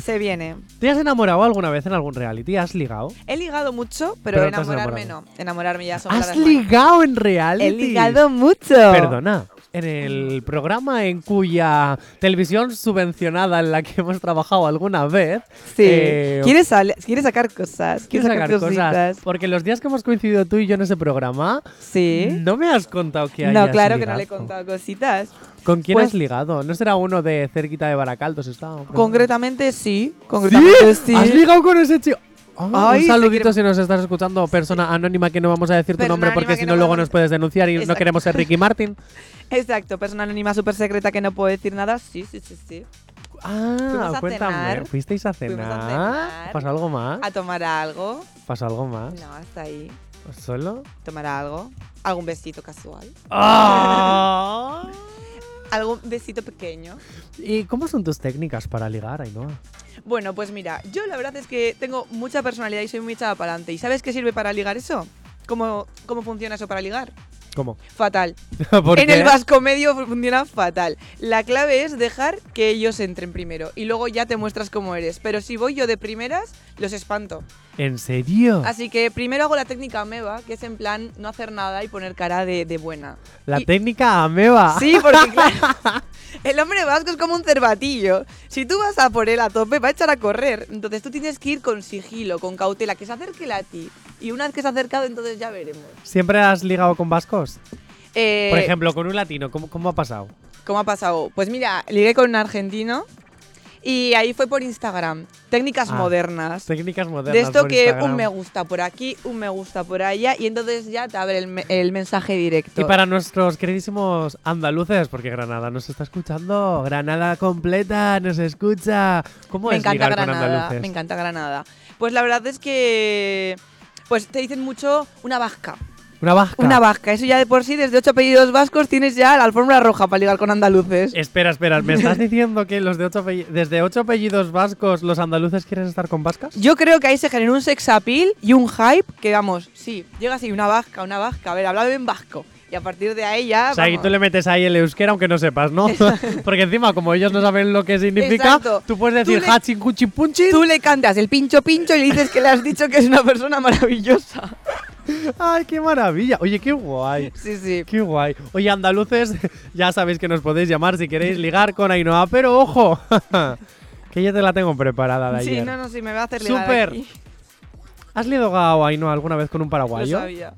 Se viene.
¿Te has enamorado alguna vez en algún reality? ¿Has ligado?
He ligado mucho, pero,
Pero te has
enamorarme no.
enamorado.
Enamorarme ya son
¿Has
palabras mayores.
ligado en reality?
He ligado mucho.
Perdona. En el programa en cuya televisión subvencionada en la que hemos trabajado alguna vez.
Sí.
eh,
¿Quieres, sal- quieres sacar cosas.
quiero
Quieres sacar, cositas.
Porque los días que hemos coincidido tú y yo en ese programa,
Sí.
no me has contado que
No,
hayas
claro que no le he
ligado.
contado cositas.
¿Con quién
Pues-
has ligado? ¿No será uno de cerquita de Baracaldos? Está,
Concretamente sí. Concretamente sí.
Oh. ¿Has ligado con ese chico? Ah,
Ay,
un
te
saludito
quiero-
si nos estás escuchando, persona anónima que no vamos a decir tu
Persona
nombre porque
anónima
si
que
no
no
luego
vamos a-
nos puedes denunciar y no
Exacto.
queremos ser Ricky
*laughs*
Martin.
Exacto, persona anónima súper secreta que no puedo decir nada. Sí, sí, sí, sí.
Ah,
Fuimos a
cuéntame.
cenar.
¿Fuisteis a
Fuimos a
cenar?
cenar.
¿Pasó algo más?
A tomar algo.
¿Pasó algo más?
No, hasta ahí. *laughs*
¿Solo?
Tomar algo. Algún besito casual.
¡Ah!
Algún besito pequeño.
¿Y cómo son tus técnicas para ligar, Ainhoa?
Bueno, pues mira, yo la verdad es que tengo mucha personalidad y soy muy echada para adelante. ¿Y sabes qué sirve para ligar eso? ¿Cómo, ¿Cómo funciona eso para ligar?
¿Cómo? *laughs*
Fatal.
¿Por
en
qué?
el vasco medio funciona fatal. La clave es dejar que ellos entren primero y luego ya te muestras cómo eres. Pero si voy yo de primeras, los espanto.
¿En serio?
Así que primero hago la técnica ameba, que es en plan no hacer nada y poner cara de, de buena.
La
Y-
técnica ameba.
Sí, porque claro, *laughs* el hombre vasco es como un cervatillo. Si tú vas a por él a tope, va a echar a correr. Entonces tú tienes que ir con sigilo, con cautela, que se acerque él a ti. Y una vez que se ha acercado, entonces ya veremos.
¿Siempre has ligado con vascos?
Eh,
Por ejemplo, con un latino, ¿cómo, cómo ha pasado?
¿Cómo ha pasado? Pues mira, ligué con un argentino y ahí fue por Instagram. Técnicas
Ah,
modernas.
Técnicas modernas.
De esto
por
que
Instagram.
un me gusta por aquí, un me gusta por allá y entonces ya te abre el, me- el mensaje directo.
Y para nuestros queridísimos andaluces, porque Granada nos está escuchando, Granada completa nos escucha. ¿Cómo
me
es
encanta
ligar con
Granada,
andaluces?
me encanta Granada. Pues la verdad es que pues te dicen mucho una vasca.
Una vasca.
Una vasca, eso ya de por sí, desde ocho apellidos vascos tienes ya la alfombra roja para ligar con andaluces.
Espera, espera, ¿me
*laughs*
estás diciendo que los de ocho apelli- desde ocho apellidos vascos los andaluces quieren estar con vascas?
Yo creo que ahí se generó un sex appeal y un hype que vamos, sí, llega así una vasca, una vasca, a ver, hablaba en vasco. Y a partir de ahí ya.
O sea, y
vamos.
tú le metes ahí el euskera aunque no sepas, ¿no? *laughs* Porque encima, como ellos no saben lo que significa,
Exacto.
tú puedes
Tú
decir
le-
hachin cuchin punchin.
Tú le cantas el pincho pincho y le dices que le has dicho que es una persona maravillosa. *laughs*
¡Ay, qué maravilla! Oye, qué guay.
Sí, sí.
Qué guay. Oye, andaluces, *laughs* ya sabéis que nos podéis llamar si queréis ligar con Ainhoa, pero ojo, *laughs* que ya te la tengo preparada de
Sí,
ayer.
no, no, sí, me va a hacer
Súper.
ligar aquí.
¿Has ligado a Ainhoa alguna vez con un
Lo
paraguayo?
sabía.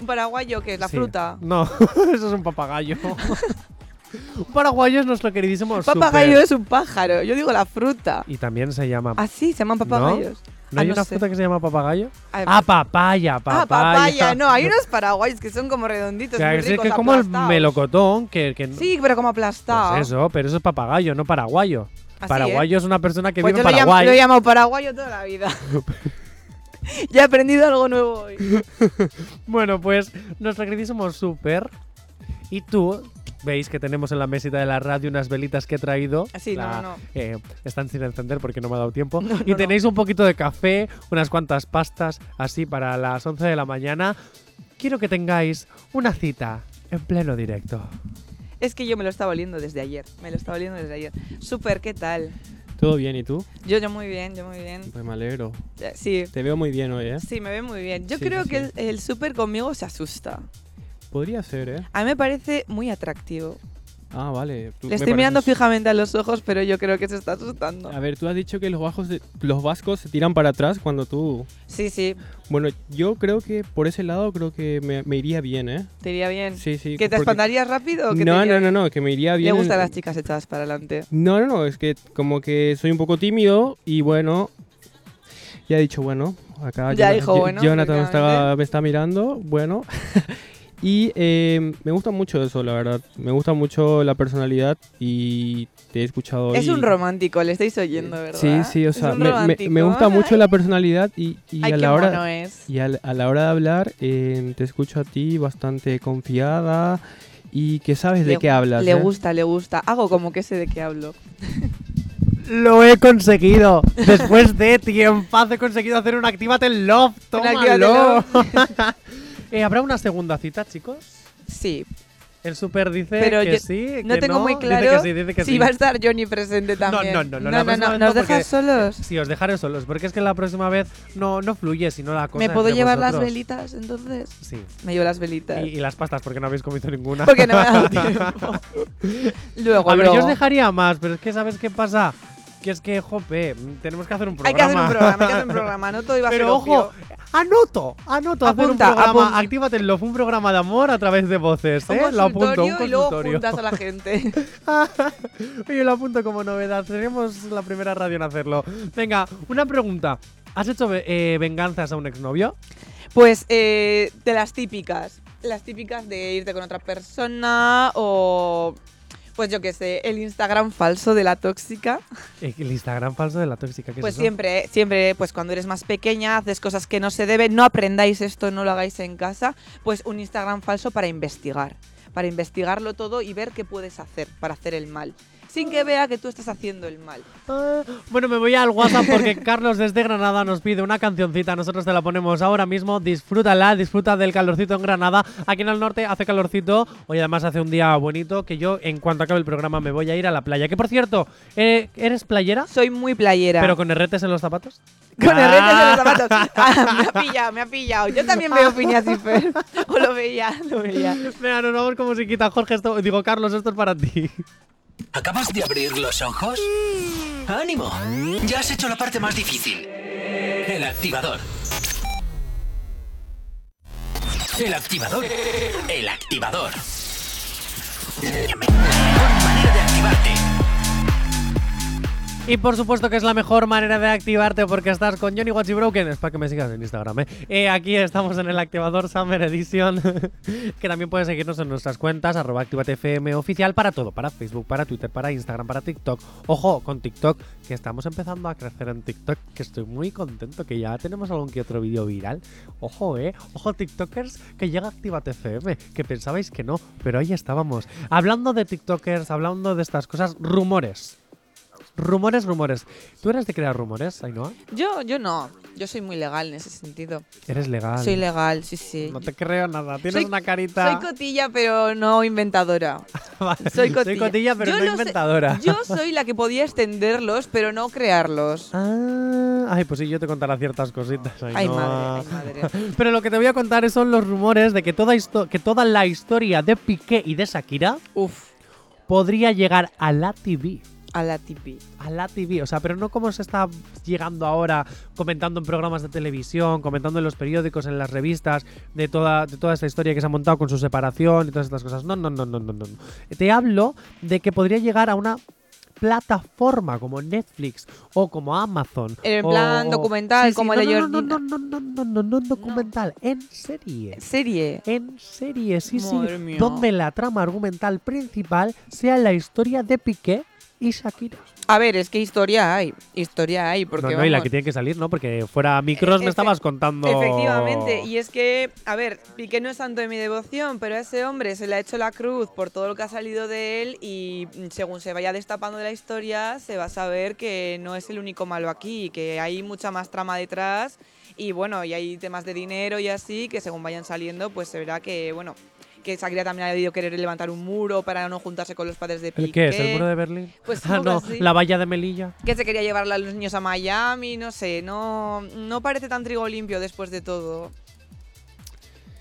Un paraguayo que es la
Sí.
fruta.
No, *laughs* eso es un
*laughs*
papagayo. un paraguayo es nuestro queridísimo Super.
Papagayo es un pájaro, yo digo la fruta.
Y también se llama...
Ah, sí, se llaman papagayos.
¿No
Ah,
hay
no
una
sé.
fruta que se llama papagayo?
Ay,
Ah, papaya, papaya.
Ah, papaya, no, hay
*laughs*
unos paraguayos que son como redonditos, muy
Que es
ricos,
que como el
aplastados.
melocotón, que, que
Sí, pero como
Pues
aplastado.
eso, pero eso es papagayo, no paraguayo.
Así,
paraguayo es una persona que
Pues
vive
yo
en
lo, llamo-
Paraguay.
lo he llamado paraguayo toda la vida. *laughs* ya he aprendido algo nuevo hoy.
Bueno, pues nuestro queridísimo Super y tú veis que tenemos en la mesita de la radio unas velitas que he traído.
Ah, sí, no,
La-
no, no.
eh, están sin encender porque no me ha dado tiempo.
*laughs* No, no,
y
no.
tenéis un poquito de café, unas cuantas pastas, así para las 11 de la mañana. Quiero que tengáis una cita en pleno directo.
Es que yo me lo estaba oliendo desde ayer. Me lo estaba oliendo desde ayer. Súper, ¿qué tal?
¿Todo bien? ¿Y tú?
Yo, yo muy bien, yo muy bien.
Pues me alegro.
Eh, Sí,
Te veo muy bien hoy, ¿eh?
sí, me ve muy bien. Yo
Sí,
creo
sí,
que
sí.
el, el súper conmigo se asusta.
Podría ser, ¿eh?
A mí me parece muy atractivo.
Ah, vale. Tú
Le
me
estoy mirando
pareces-
fijamente a los ojos, pero yo creo que se está asustando.
A ver, tú has dicho que los, bajos de- los vascos se tiran para atrás cuando tú...
Sí, sí,
Bueno, yo creo que por ese lado creo que me, me iría bien, ¿eh?
te iría bien.
Sí, sí.
Mm. ¿Que te
porque-
espantarías rápido? o que te
No,
iría
no, no,
bien?
no, que me iría bien.
Le
en-
gustan las chicas echadas para adelante.
No, no, no, es que como que soy un poco tímido y bueno... Ya he dicho, bueno, acá
Ya
Jona-
dijo
Jo-
bueno,
Jonathan me está,
efectivamente.
me está mirando, bueno. *laughs* y eh, me gusta mucho eso, la verdad. Me gusta mucho la personalidad y te he escuchado hoy.
Es un romántico, le estáis oyendo, ¿verdad?
Sí, sí, o
Es
sea,
un
me, me- me
romántico.
gusta mucho la personalidad y, y
Ay, qué
a la
mono
hora
es.
y al- a, la hora de hablar eh, te escucho a ti bastante confiada y que sabes de
Le-
qué hablas.
Le
¿eh?
gusta, le gusta. Hago como que sé de qué hablo.
Lo he conseguido. Después de tiempo he conseguido hacer un Activate Love.
Un Actívate
*laughs* Tómalo. Eh, ¿Habrá una segunda cita, chicos?
Sí.
El super dice
Pero
que
yo
sí,
no
que
tengo muy
dice
claro
que sí, dice que
si
sí.
va a estar Johnny presente también.
no, no, no,
no,
no, no,
¿Nos
no, porque-
dejas solos?
Sí, os dejaré solos, porque es que la próxima vez no, no fluye, sino la cosa.
¿Me puedo
entre
llevar las
vosotros.
velitas entonces?
Sí.
Me llevo las velitas.
Y, y las pastas, porque no habéis comido ninguna. *laughs*
Porque no me *laughs* ha dado tiempo. luego,
A ver,
luego.
yo os dejaría más, pero es que ¿sabes qué pasa? Que es que, jope, tenemos que hacer un programa.
Hay que hacer un programa, hay que hacer un programa. No todo iba a ser
Pero ojo,
opio.
anoto, anoto, hacer un
Apunta,
programa,
apunta.
actívate en Love, un programa de amor a través de voces,
Un
¿eh? Lo apunto, un
consultorio y luego
consultorio.
juntas a la gente.
*laughs* Oye, lo apunto como novedad, seremos la primera radio en hacerlo. Venga, una pregunta. ¿Has hecho ve- eh, venganzas a un exnovio?
Pues eh, de las típicas. Las típicas de irte con otra persona o. Pues yo qué sé, el Instagram falso de la tóxica.
Eh, El Instagram falso de la tóxica, ¿qué es
Pues
eso?
siempre, siempre, pues cuando eres más pequeña, haces cosas que no se deben, no aprendáis esto, no lo hagáis en casa, pues un Instagram falso para investigar, para investigarlo todo y ver qué puedes hacer para hacer el mal, sin que vea que tú estás haciendo el mal.
Ah, Bueno, me voy al WhatsApp *laughs* porque Carlos desde Granada nos pide una cancioncita. Nosotros te la ponemos ahora mismo. Disfrútala, disfruta del calorcito en Granada. Aquí en el norte hace calorcito. Hoy además hace un día bonito que yo, en cuanto acabe el programa, me voy a ir a la playa. Que por cierto, eh, ¿eres playera?
Soy muy playera.
¿Pero con herretes en los zapatos?
Con el reto de
Ah.
los zapatos. *laughs* Ah, me ha pillado, me ha pillado. Yo también veo Phineas y *laughs* Fer. O lo veía, lo veía.
Venga, nos vamos como si quita Jorge esto. Digo, Carlos, esto es para ti.
¿Acabas de abrir los ojos? Mm. ¡Ánimo! Ya has hecho la parte más difícil. El activador. El activador. El activador. Manera de activarte.
Y por supuesto que es la mejor manera de activarte porque estás con Johnny Watchy Broken. Es para que me sigas en Instagram, ¿eh? Eh, Aquí estamos en el activador Summer Edition. *laughs* que también puedes seguirnos en nuestras cuentas, arroba activatefm oficial para todo, para Facebook, para Twitter, para Instagram, para TikTok. Ojo, con TikTok, que estamos empezando a crecer en TikTok, que estoy muy contento, que ya tenemos algún que otro vídeo viral. Ojo, eh. Ojo, TikTokers, que llega Actívate FM, que pensabais que no, pero ahí estábamos. Hablando de TikTokers, hablando de estas cosas, rumores. Rumores, rumores. ¿Tú eres de crear rumores, Ainhoa?
Yo, yo no. Yo soy muy legal en ese sentido.
Eres legal.
Soy legal, sí, sí.
No te creo nada. Tienes
Soy-
una
Soy
carita.
cotilla, pero no inventadora.
*laughs* Vale.
Soy cotilla.
pero
Yo
no,
sé-
inventadora.
yo soy la que podía extenderlos, pero no crearlos.
Ah, ay, pues sí, yo te contaré ciertas cositas. Ainhoa.
Ay, madre, ay, madre.
Pero lo que te voy a contar son los rumores de que toda, histo- que toda la historia de Piqué y de Shakira
Uf,
podría llegar a la TV.
a la tipi.
a la TV, o sea, pero no como se está llegando ahora comentando en programas de televisión, comentando en los periódicos, en las revistas, de toda, de toda esta historia que se ha montado con su separación y todas estas cosas. No, no, no, no, no, no. Te hablo de que podría llegar a una plataforma como Netflix o como Amazon.
En
o-
plan documental, como
no,
el de
no, no,
Georgina.
no, no, no, no, no, no, documental, en serie
Serie.
en serie, sí,
Madre
sí,
mía.
donde la trama argumental principal sea la historia de Piqué y Shakira.
A ver, es que historia hay. Historia hay, porque.
no, no, y la
vamos, Eh,
que tiene que salir, ¿no? Porque fuera micros me
Efe-
estabas contando.
Efectivamente, y es que, a ver, Piqué no es santo de mi devoción, pero a ese hombre se le ha hecho la cruz por todo lo que ha salido de él y mm, según se vaya destapando de la historia, se va a saber que no es el único malo aquí, que hay mucha más trama detrás y bueno, y hay temas de dinero y así, que según vayan saliendo, pues se verá que, bueno, que Shakira también ha debido querer levantar un muro para no juntarse con los padres de Piqué.
¿El qué es? ¿El muro de Berlín?
Pues
*laughs* ah,
algo
no,
así.
la valla de Melilla.
Que se quería llevar a los niños a Miami, no sé, no, no parece tan trigo limpio después de todo.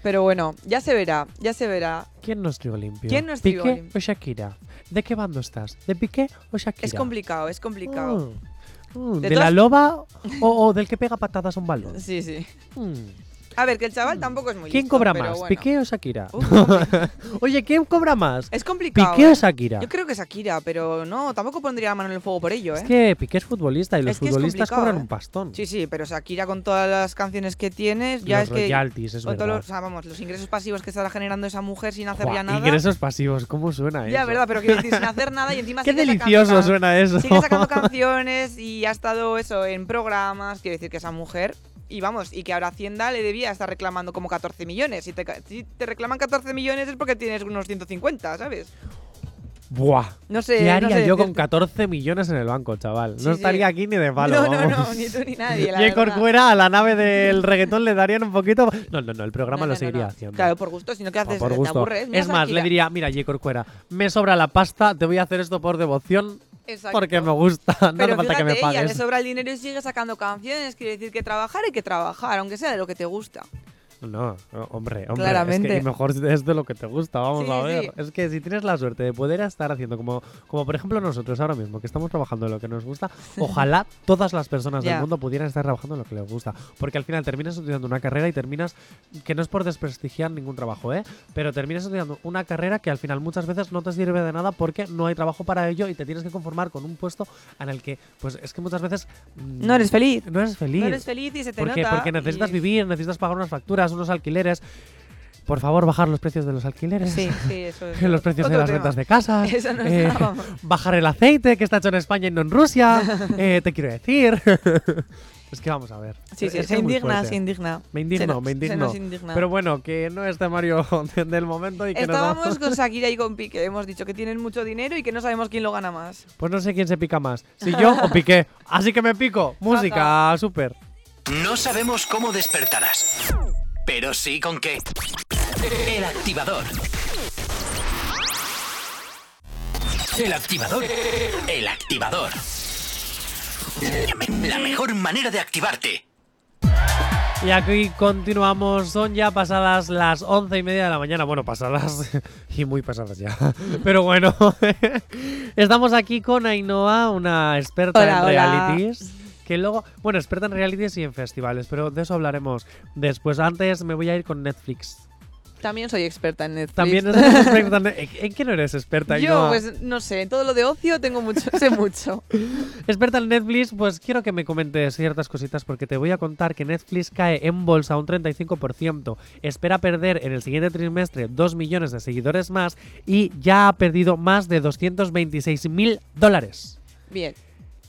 Pero bueno, ya se verá, ya se verá.
¿Quién nos trigo limpio?
¿Quién no es
¿Piqué
trigo limpio?
o Shakira? ¿De qué bando estás? ¿De Piqué o Shakira?
Es complicado, es complicado.
Mm, mm,
De
¿De, la
todas- *laughs*
loba o, o del que pega patadas a un balón?
Sí, sí.
Ah. Mm.
A ver, que el chaval tampoco es muy
¿Quién
listo,
cobra
pero
más?
bueno.
¿Piqué o Shakira?
*laughs* Uf, compli-
Oye, ¿quién cobra más?
es
*laughs*
complicado.
¿Piqué
¿eh?
o Shakira?
Yo creo que Shakira, pero no, tampoco pondría la mano en el fuego por ello, ¿eh?
Es que Piqué es futbolista y los
Es que es
futbolistas
complicado,
cobran
¿eh?
un pastón.
Sí, sí, pero Shakira con todas las canciones que tienes, ya
los
es que...
royalties, es
con todos
verdad.
los- o sea, vamos, los ingresos pasivos que estará generando esa mujer sin hacer
Buah,
ya nada.
Ingresos pasivos, ¿cómo suena
Ya,
eso?
verdad, pero quiero decir, sin hacer nada y
*laughs*
encima
Qué
sigue sacando
delicioso
can-
suena eso.
Sigue sacando canciones y ha estado eso en programas. Quiero decir que esa mujer. Y vamos, y que ahora Hacienda le debía estar reclamando como 14 millones. Si te, ca- si te reclaman 14 millones es porque tienes unos 150, ¿sabes?
*laughs* Buah.
Eh, No sé.
¿Qué haría
no sé
yo
decirte.
con 14 millones en el banco, chaval?
Sí,
no
sí.
estaría aquí ni de palo.
No, no,
vamos.
no, ni tú ni nadie.
*laughs*
la
y en
verdad.
Corcuera a la nave del reggaetón le darían un poquito. No, no, no, el
No,
programa
no,
lo
no,
seguiría
no.
haciendo.
Claro, por gusto, sino que
Ah,
haces,
por
te
gusto.
aburres. mira,
es más, le
tranquila.
diría, mira, J. Corcuera, me sobra la pasta, te voy a hacer esto por devoción
Exacto.
porque me gusta. *laughs* No
Pero
hace falta que me
fíjate, ella le
pagues.
sobra el dinero y sigue sacando canciones. Quiere decir que trabajar hay que trabajar, aunque sea de lo que te gusta.
No, no, hombre, hombre. Es
Claramente.
que y mejor es de lo que te gusta, vamos
Sí,
a
sí,
ver.
sí.
Es que si tienes la suerte de poder estar haciendo como, como por ejemplo nosotros ahora mismo, que estamos trabajando en lo que nos
*laughs*
gusta, ojalá todas las personas del
Ya.
mundo pudieran estar trabajando en lo que les gusta. Porque al final terminas estudiando una carrera y terminas, que no es por desprestigiar ningún trabajo, ¿eh? Pero terminas estudiando una carrera que al final muchas veces no te sirve de nada porque no hay trabajo para ello y te tienes que conformar con un puesto en el que, pues es que muchas veces... mm,
No eres feliz.
No eres feliz.
No eres feliz y se te
¿Por qué?
nota.
Porque necesitas
y-
vivir, necesitas pagar unas facturas, unos alquileres. Por favor, bajar los precios de los alquileres.
Sí, sí, eso es.
*laughs* Los precios de
Otro
las
tema.
rentas de casa.
*laughs* Eso no
eh,
estábamos.
bajar el aceite que está hecho en España y no en
*laughs*
Rusia. eh, te quiero decir. *laughs* es que vamos a ver.
Sí, sí,
Es
se
que es muy
indigna,
fuerte.
se indigna.
Me indigno,
Se nos-
me
Se
indigno.
nos indigna.
Pero bueno, que no esté Mario *laughs* del momento y que nos vamos-
Estábamos con Shakira y con Piqué. Hemos dicho que tienen mucho dinero y que no sabemos quién lo gana más.
*laughs* Pues no sé quién se pica más, si yo o Piqué. Así que me pico. Música, súper.
No sabemos cómo despertarás, pero sí con qué. El activador. El activador. El activador. La mejor manera de activarte.
Y aquí continuamos, son ya pasadas las once y media de la mañana. Bueno, pasadas *laughs* y muy pasadas ya. *laughs* Pero bueno, estamos aquí con Ainhoa, una experta
Hola,
en
hola.
realities. Que luego, bueno, experta en realities y en festivales, pero de eso hablaremos después. Antes me voy a ir con Netflix.
También soy experta en Netflix. *laughs*
También eres experta en, ¿en- ¿en qué no eres experta,
Yo,
Ainhoa?
pues no sé, en todo lo de ocio tengo mucho, *laughs* sé mucho.
Experta en Netflix, pues quiero que me comentes ciertas cositas porque te voy a contar que Netflix cae en bolsa un 35%, espera perder en el siguiente trimestre 2 millones de seguidores más y ya ha perdido más de 226 mil dólares.
Bien.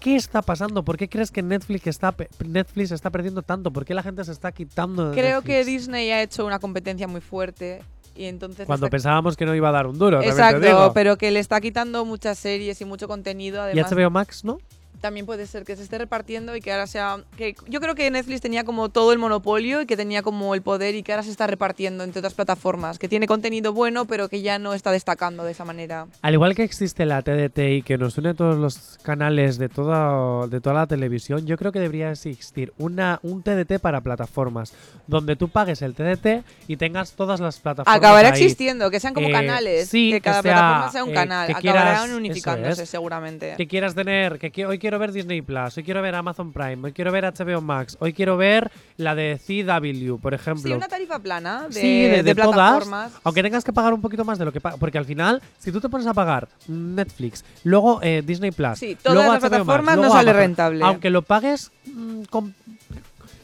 ¿Qué está pasando? ¿Por qué crees que Netflix está, pe- Netflix está perdiendo tanto? ¿Por qué la gente se está quitando de
Creo que
Netflix?
Disney ha hecho una competencia muy fuerte y entonces...
Cuando
está-
pensábamos que no iba a dar un duro, también te
Exacto,
digo.
pero que le está quitando muchas series y mucho contenido.
Y
Además,
HBO Max, ¿no?
también puede ser que se esté repartiendo y que ahora sea... que Yo creo que Netflix tenía como todo el monopolio y que tenía como el poder y que ahora se está repartiendo entre otras plataformas. Que tiene contenido bueno, pero que ya no está destacando de esa manera.
Al igual que existe la TDT y que nos une a todos los canales de toda, de toda la televisión, yo creo que debería existir una, un TDT para plataformas, donde tú pagues el TDT y tengas todas las plataformas.
Acabará
ahí.
existiendo, que sean como
Eh,
canales.
sí, que
que cada
sea,
plataforma sea
eh,
un canal.
que quieras-
Acabarán
eso
unificándose
es.
seguramente.
Que quieras tener, que qui- hoy quiero ver Disney Plus, hoy quiero ver Amazon Prime, hoy quiero ver HBO Max, hoy quiero ver la de CW, por ejemplo.
Sí, una tarifa plana de,
sí, de,
de
de
plataformas.
todas. Aunque tengas que pagar un poquito más de lo que pagas. Porque al final, si tú te pones a pagar Netflix, luego eh, Disney Plus.
Sí, todas
luego
las
HBO Max,
plataformas no
luego
sale
Amazon,
rentable.
Aunque lo pagues mm, con.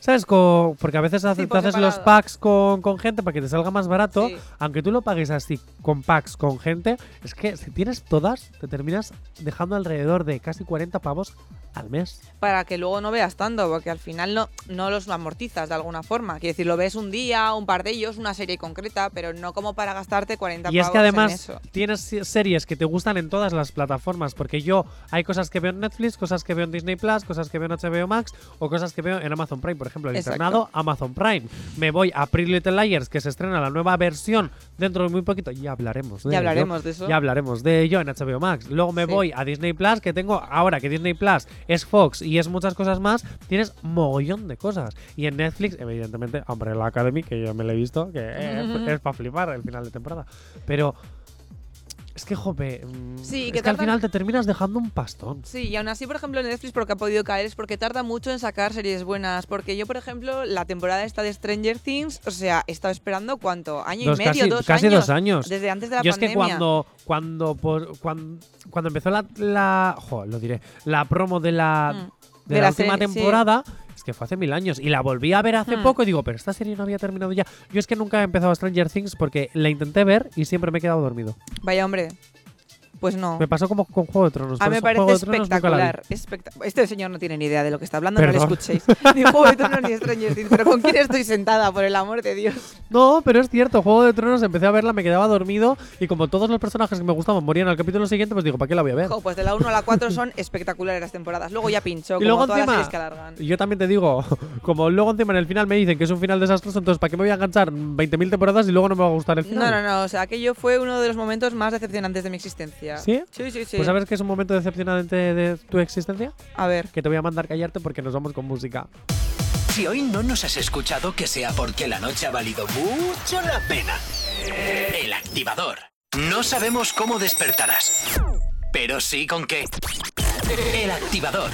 ¿Sabes? Co- porque a veces hace-
Sí,
te
por
haces los
separado.
packs con, con gente para que te salga más barato.
Sí.
Aunque tú lo pagues así con packs con gente, es que si tienes todas, te terminas dejando alrededor de casi 40 pavos al mes.
para que luego no veas tanto, porque al final no, no los amortizas de alguna forma. Quiero decir, lo ves un día, un par de ellos, una serie concreta, pero no como para gastarte 40
Y es
pavos
que
en
además
eso.
tienes se- series que te gustan en todas las plataformas, porque yo hay cosas que veo en Netflix, cosas que veo en Disney Plus, cosas que veo en HBO Max o cosas que veo en Amazon Prime, por ejemplo, el
Exacto.
internado Amazon Prime. Me voy a Pretty Little Liars, que se estrena la nueva versión dentro de muy poquito, y hablaremos de
Ya
ello.
hablaremos de eso.
Ya hablaremos de ello en HBO Max. Luego me
Sí.
voy a Disney Plus, que tengo ahora que Disney Plus es Fox y es muchas cosas más, tienes mogollón de cosas. Y en Netflix, evidentemente, Umbrella Academy, que yo me la he visto, que eh, es para flipar el final de temporada. Pero es que, jope, mm, es
Sí, que
que, al
tardan-
final te terminas dejando un pastón.
Sí, y aún así, por ejemplo, en Netflix, porque ha podido caer es porque tarda mucho en sacar series buenas. Porque yo, por ejemplo, la temporada esta de Stranger Things, o sea, he estado esperando cuánto, año
Dos-
y medio,
casi-
dos
casi
años.
dos años.
Desde antes de la
Yo es que
pandemia.
cuando cuando por- cuan- cuando empezó la, la jo, lo diré, la promo de la
Mm.
de,
De
la,
la
última
serie, sí.
temporada, es que fue hace mil años y la volví a ver hace
Mm.
poco y digo, pero esta serie no había terminado ya. Yo es que nunca he empezado Stranger Things porque la intenté ver y siempre me he quedado dormido.
Vaya hombre. Pues no.
Me pasó como con Juego de Tronos.
A
por
mí me
eso Juego
parece
de Tronos nunca la vi.
espectacular. espectac- este señor no tiene ni idea de lo que está hablando, no le
Perdón.
escuchéis. Ni Juego de
*laughs*
Tronos ni Stranger Things, pero ¿con quién estoy sentada, por el amor de Dios?
No, pero es cierto, Juego de Tronos empecé a verla, me quedaba dormido y como todos los personajes que me gustaban morían al capítulo siguiente, pues digo, ¿para qué la voy a ver?
Jo, pues de la 1 a la 4 son espectaculares las temporadas. Luego ya pincho,
Y
como
luego
todas
encima-
las series que alargan.
Y Yo también te digo, *laughs* como luego encima en el final me dicen que es un final desastroso, entonces ¿para qué me voy a enganchar 20.000 temporadas y luego no me va a gustar el
No,
final?
no, no, o sea, aquello fue uno de los momentos más decepcionantes de mi existencia.
¿Sí?
Sí, sí, sí.
Pues sabes que es un momento decepcionante de tu existencia,
A ver.
que te voy a mandar callarte porque nos vamos con música.
Si hoy no nos has escuchado, que sea porque la noche ha valido mucho la pena. El activador. No sabemos cómo despertarás, pero sí con qué. El activador.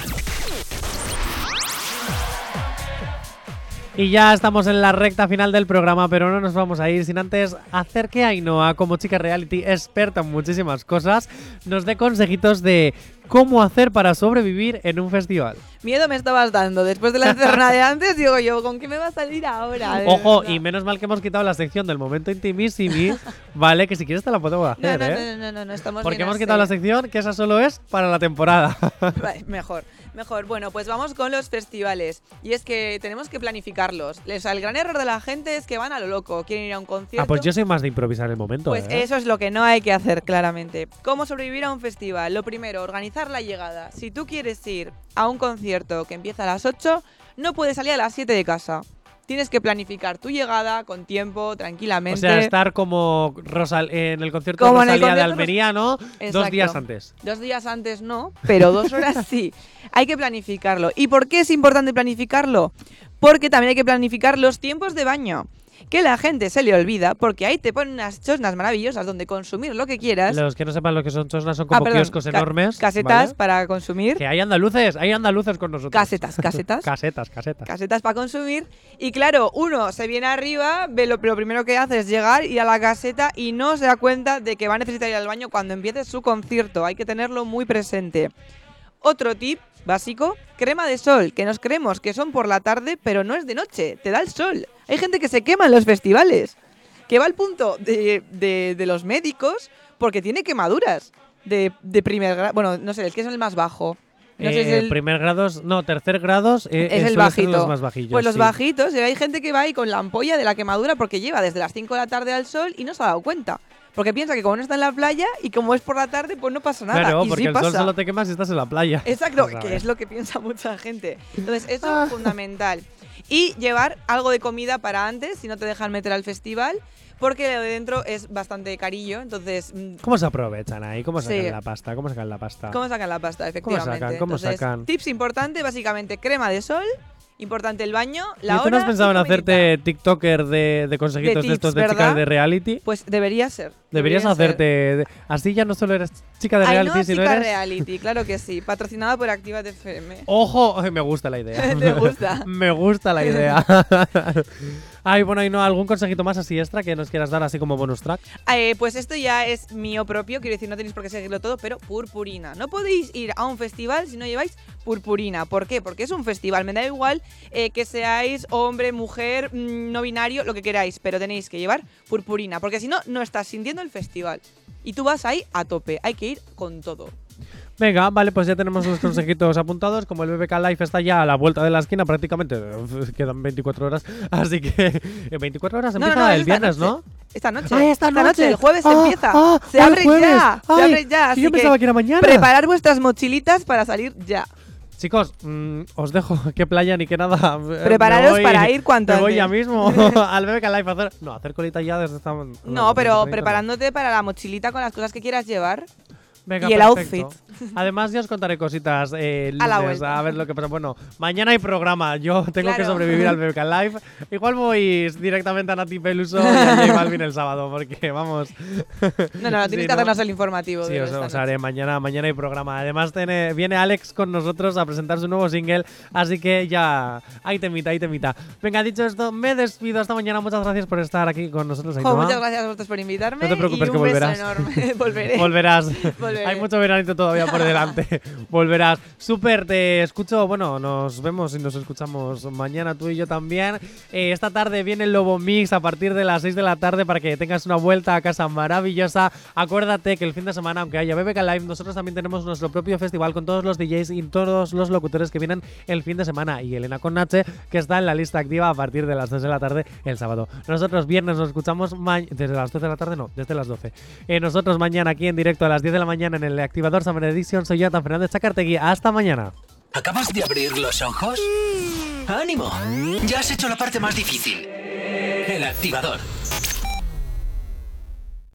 Y ya estamos en la recta final del programa, pero no nos vamos a ir sin antes hacer que Ainhoa, como chica reality experta en muchísimas cosas, nos dé consejitos de cómo hacer para sobrevivir en un festival.
Miedo me estabas dando. Después de la encerrada de antes, digo yo, ¿con qué me va a salir ahora? De
Ojo,
verdad.
y menos mal que hemos quitado la sección del momento
*laughs*
intimísimi, ¿vale? Que si quieres te la podemos
No,
hacer,
no,
¿eh?
no, no, no, no, estamos
Porque
bien
hemos
así.
quitado la sección que esa solo es para la
*laughs*
temporada.
Vale, mejor, mejor. Bueno, pues vamos con los festivales. Y es que tenemos que planificarlos. O sea, el gran error de la gente es que van a lo loco, quieren ir a un concierto.
ah, pues yo soy más de improvisar el momento,
Pues
¿eh?
eso es lo que no hay que hacer, claramente. ¿Cómo sobrevivir a un festival? Lo primero, organizar la llegada. Si tú quieres ir a un concierto que empieza a las 8, no puedes salir a las 7 de casa. Tienes que planificar tu llegada con tiempo,
O
tranquilamente.
sea, estar como Rosal en el concierto de
Como en el
Rosalía de
concierto de Ros-
Almería, ¿no? Dos
Exacto.
días antes.
Dos días antes no, pero dos
*laughs*
horas sí. Hay que planificarlo. ¿Y por qué es importante planificarlo? Porque también hay que planificar los tiempos de baño. Que la gente se le olvida porque ahí te ponen unas chosnas maravillosas donde consumir lo que quieras.
Los que no sepan lo que son chosnas son
Ah,
como
perdón,
kioscos
ca-
enormes.
Casetas
¿vale?
para consumir.
Que hay andaluces, hay andaluces con nosotros.
Casetas,
*laughs*
casetas.
Casetas, casetas.
Casetas para consumir. Y claro, uno se viene arriba, ve lo, lo primero que hace es llegar, ir a la caseta y no se da cuenta de que va a necesitar ir al baño cuando empiece su concierto. Hay que tenerlo muy presente. Otro tip básico, crema de sol, que nos creemos que son por la tarde, pero no es de noche, te da el sol. Hay gente que se quema en los festivales, que va al punto de, de- de los médicos porque tiene quemaduras de, de primer grado. Bueno, no sé, el que es el más bajo. No sé si
Eh,
el-
Primer grados, no, tercer grados eh,
es
eh,
el
suelen ser
bajito.
los más bajillos.
Pues los
sí.
bajitos, y hay gente que va ahí con la ampolla de la quemadura porque lleva desde las 5 de la tarde al sol y no se ha dado cuenta. Porque piensa que como no está en la playa y como es por la tarde, pues no pasa nada.
Claro,
y
porque
sí
el
pasa.
sol solo te quemas si estás en la playa. *laughs*
Exacto,
Pues a
que
ver.
es lo que piensa mucha gente. Entonces, eso es fundamental. Y llevar algo de comida para antes, si no te dejan meter al festival, porque lo de dentro es bastante carillo. Entonces, mm,
¿Cómo se aprovechan ahí? ¿Cómo sacan
Sí.
la pasta? ¿Cómo sacan la pasta?
¿Cómo sacan la pasta, efectivamente?
sacan? Ah. ¿Cómo
Entonces,
sacan?
Tips importante, básicamente, crema de sol, importante el baño,
¿Y
la
tú no
hora
has pensado
y
en
comidita.
hacerte TikToker de, de consejitos de,
tips,
estos de chicas
¿verdad?
de reality?
Pues debería ser.
Deberías
debería ser.
hacerte. de- Así ya no solo eres chica de
Ay,
reality,
no,
sino
chica
eres. *laughs*
reality, claro que sí. Patrocinada por Activa *laughs* FM.
¡Ojo! *laughs* Ay, me gusta la idea.
*laughs* Te gusta.
me gusta la idea. *laughs* Ay, bueno, y no, ¿algún consejito más así extra que nos quieras dar así como bonus track?
Eh, pues esto ya es mío propio, quiero decir, no tenéis por qué seguirlo todo, pero purpurina. No podéis ir a un festival si no lleváis purpurina. ¿Por qué? Porque es un festival. Me da igual eh, que seáis hombre, mujer, mm, no binario, lo que queráis, pero tenéis que llevar purpurina, porque si no, no estás sintiendo el festival. Y tú vas ahí a tope, hay que ir con todo.
Venga, vale, pues ya tenemos los consejitos apuntados. Como el BBK Life está ya a la vuelta de la esquina, prácticamente eh, quedan 24 horas. Así que. *laughs* eh, 24 horas empieza
es
el
esta
viernes,
noche.
¿no?
Esta noche.
Ay,
el jueves se
Ah,
empieza.
ah,
se
el
abre
jueves.
ya. se
Ay,
abre ya.
que
así
yo
que
pensaba que era mañana.
Preparar vuestras mochilitas para salir ya.
Chicos, mm, os dejo que playa ni que nada. *laughs* eh,
Prepararos
me voy-
para ir cuanto
Me voy
antes.
ya
*laughs*
mismo al BBK Life a hacer. No, a hacer colita ya desde esta.
No, pero
desde
preparándote para la mochilita con las cosas que quieras llevar.
Venga,
y el
perfecto. Además, ya os contaré cositas eh,
A la
lunes, a,
vuelta.
ver lo que pasa. Bueno, mañana hay programa. Yo *laughs* tengo que
Claro.
sobrevivir al BBK Live. Igual voy directamente a Nati Peluso y a J Balvin el sábado, porque
*laughs*
vamos.
No, no,
*laughs*
tienes
Sí,
que hacernos
¿no?
el informativo.
Sí,
de
os,
esta
os
noche.
haré mañana, mañana hay programa. Además, tiene- viene Alex con nosotros a presentar su nuevo single, así que ya, ahí te invita, ahí te invita. Venga, dicho esto, me despido hasta mañana. Muchas gracias por estar aquí con nosotros.
Jo,
Ainhoa.
muchas gracias a vosotros por invitarme.
No te preocupes
y un
que
beso
volverás. *laughs*
enorme. *laughs* Volveré.
Volverás.
volver.
Hay mucho veranito todavía por
*laughs*
delante. Volverás. Súper, te escucho. Bueno, nos vemos y nos escuchamos mañana tú y yo también. Eh, esta tarde viene el Lobo Mix a partir de las 6 de la tarde para que tengas una vuelta a casa maravillosa. Acuérdate que el fin de semana, aunque haya BBK Live, nosotros también tenemos nuestro propio festival con todos los DJs y todos los locutores que vienen el fin de semana. Y Elena Connache, que está en la lista activa a partir de las 3 de la tarde el sábado. Nosotros viernes nos escuchamos ma- desde las 3 de la tarde, no, desde las 12. Eh, nosotros mañana aquí en directo a las 10 de la mañana en el activador Summer Edition. Soy Jonathan Fernández Chacartegui. Hasta mañana.
¿Acabas de abrir los ojos? ¡Ánimo! Ya has hecho la parte más difícil. El activador.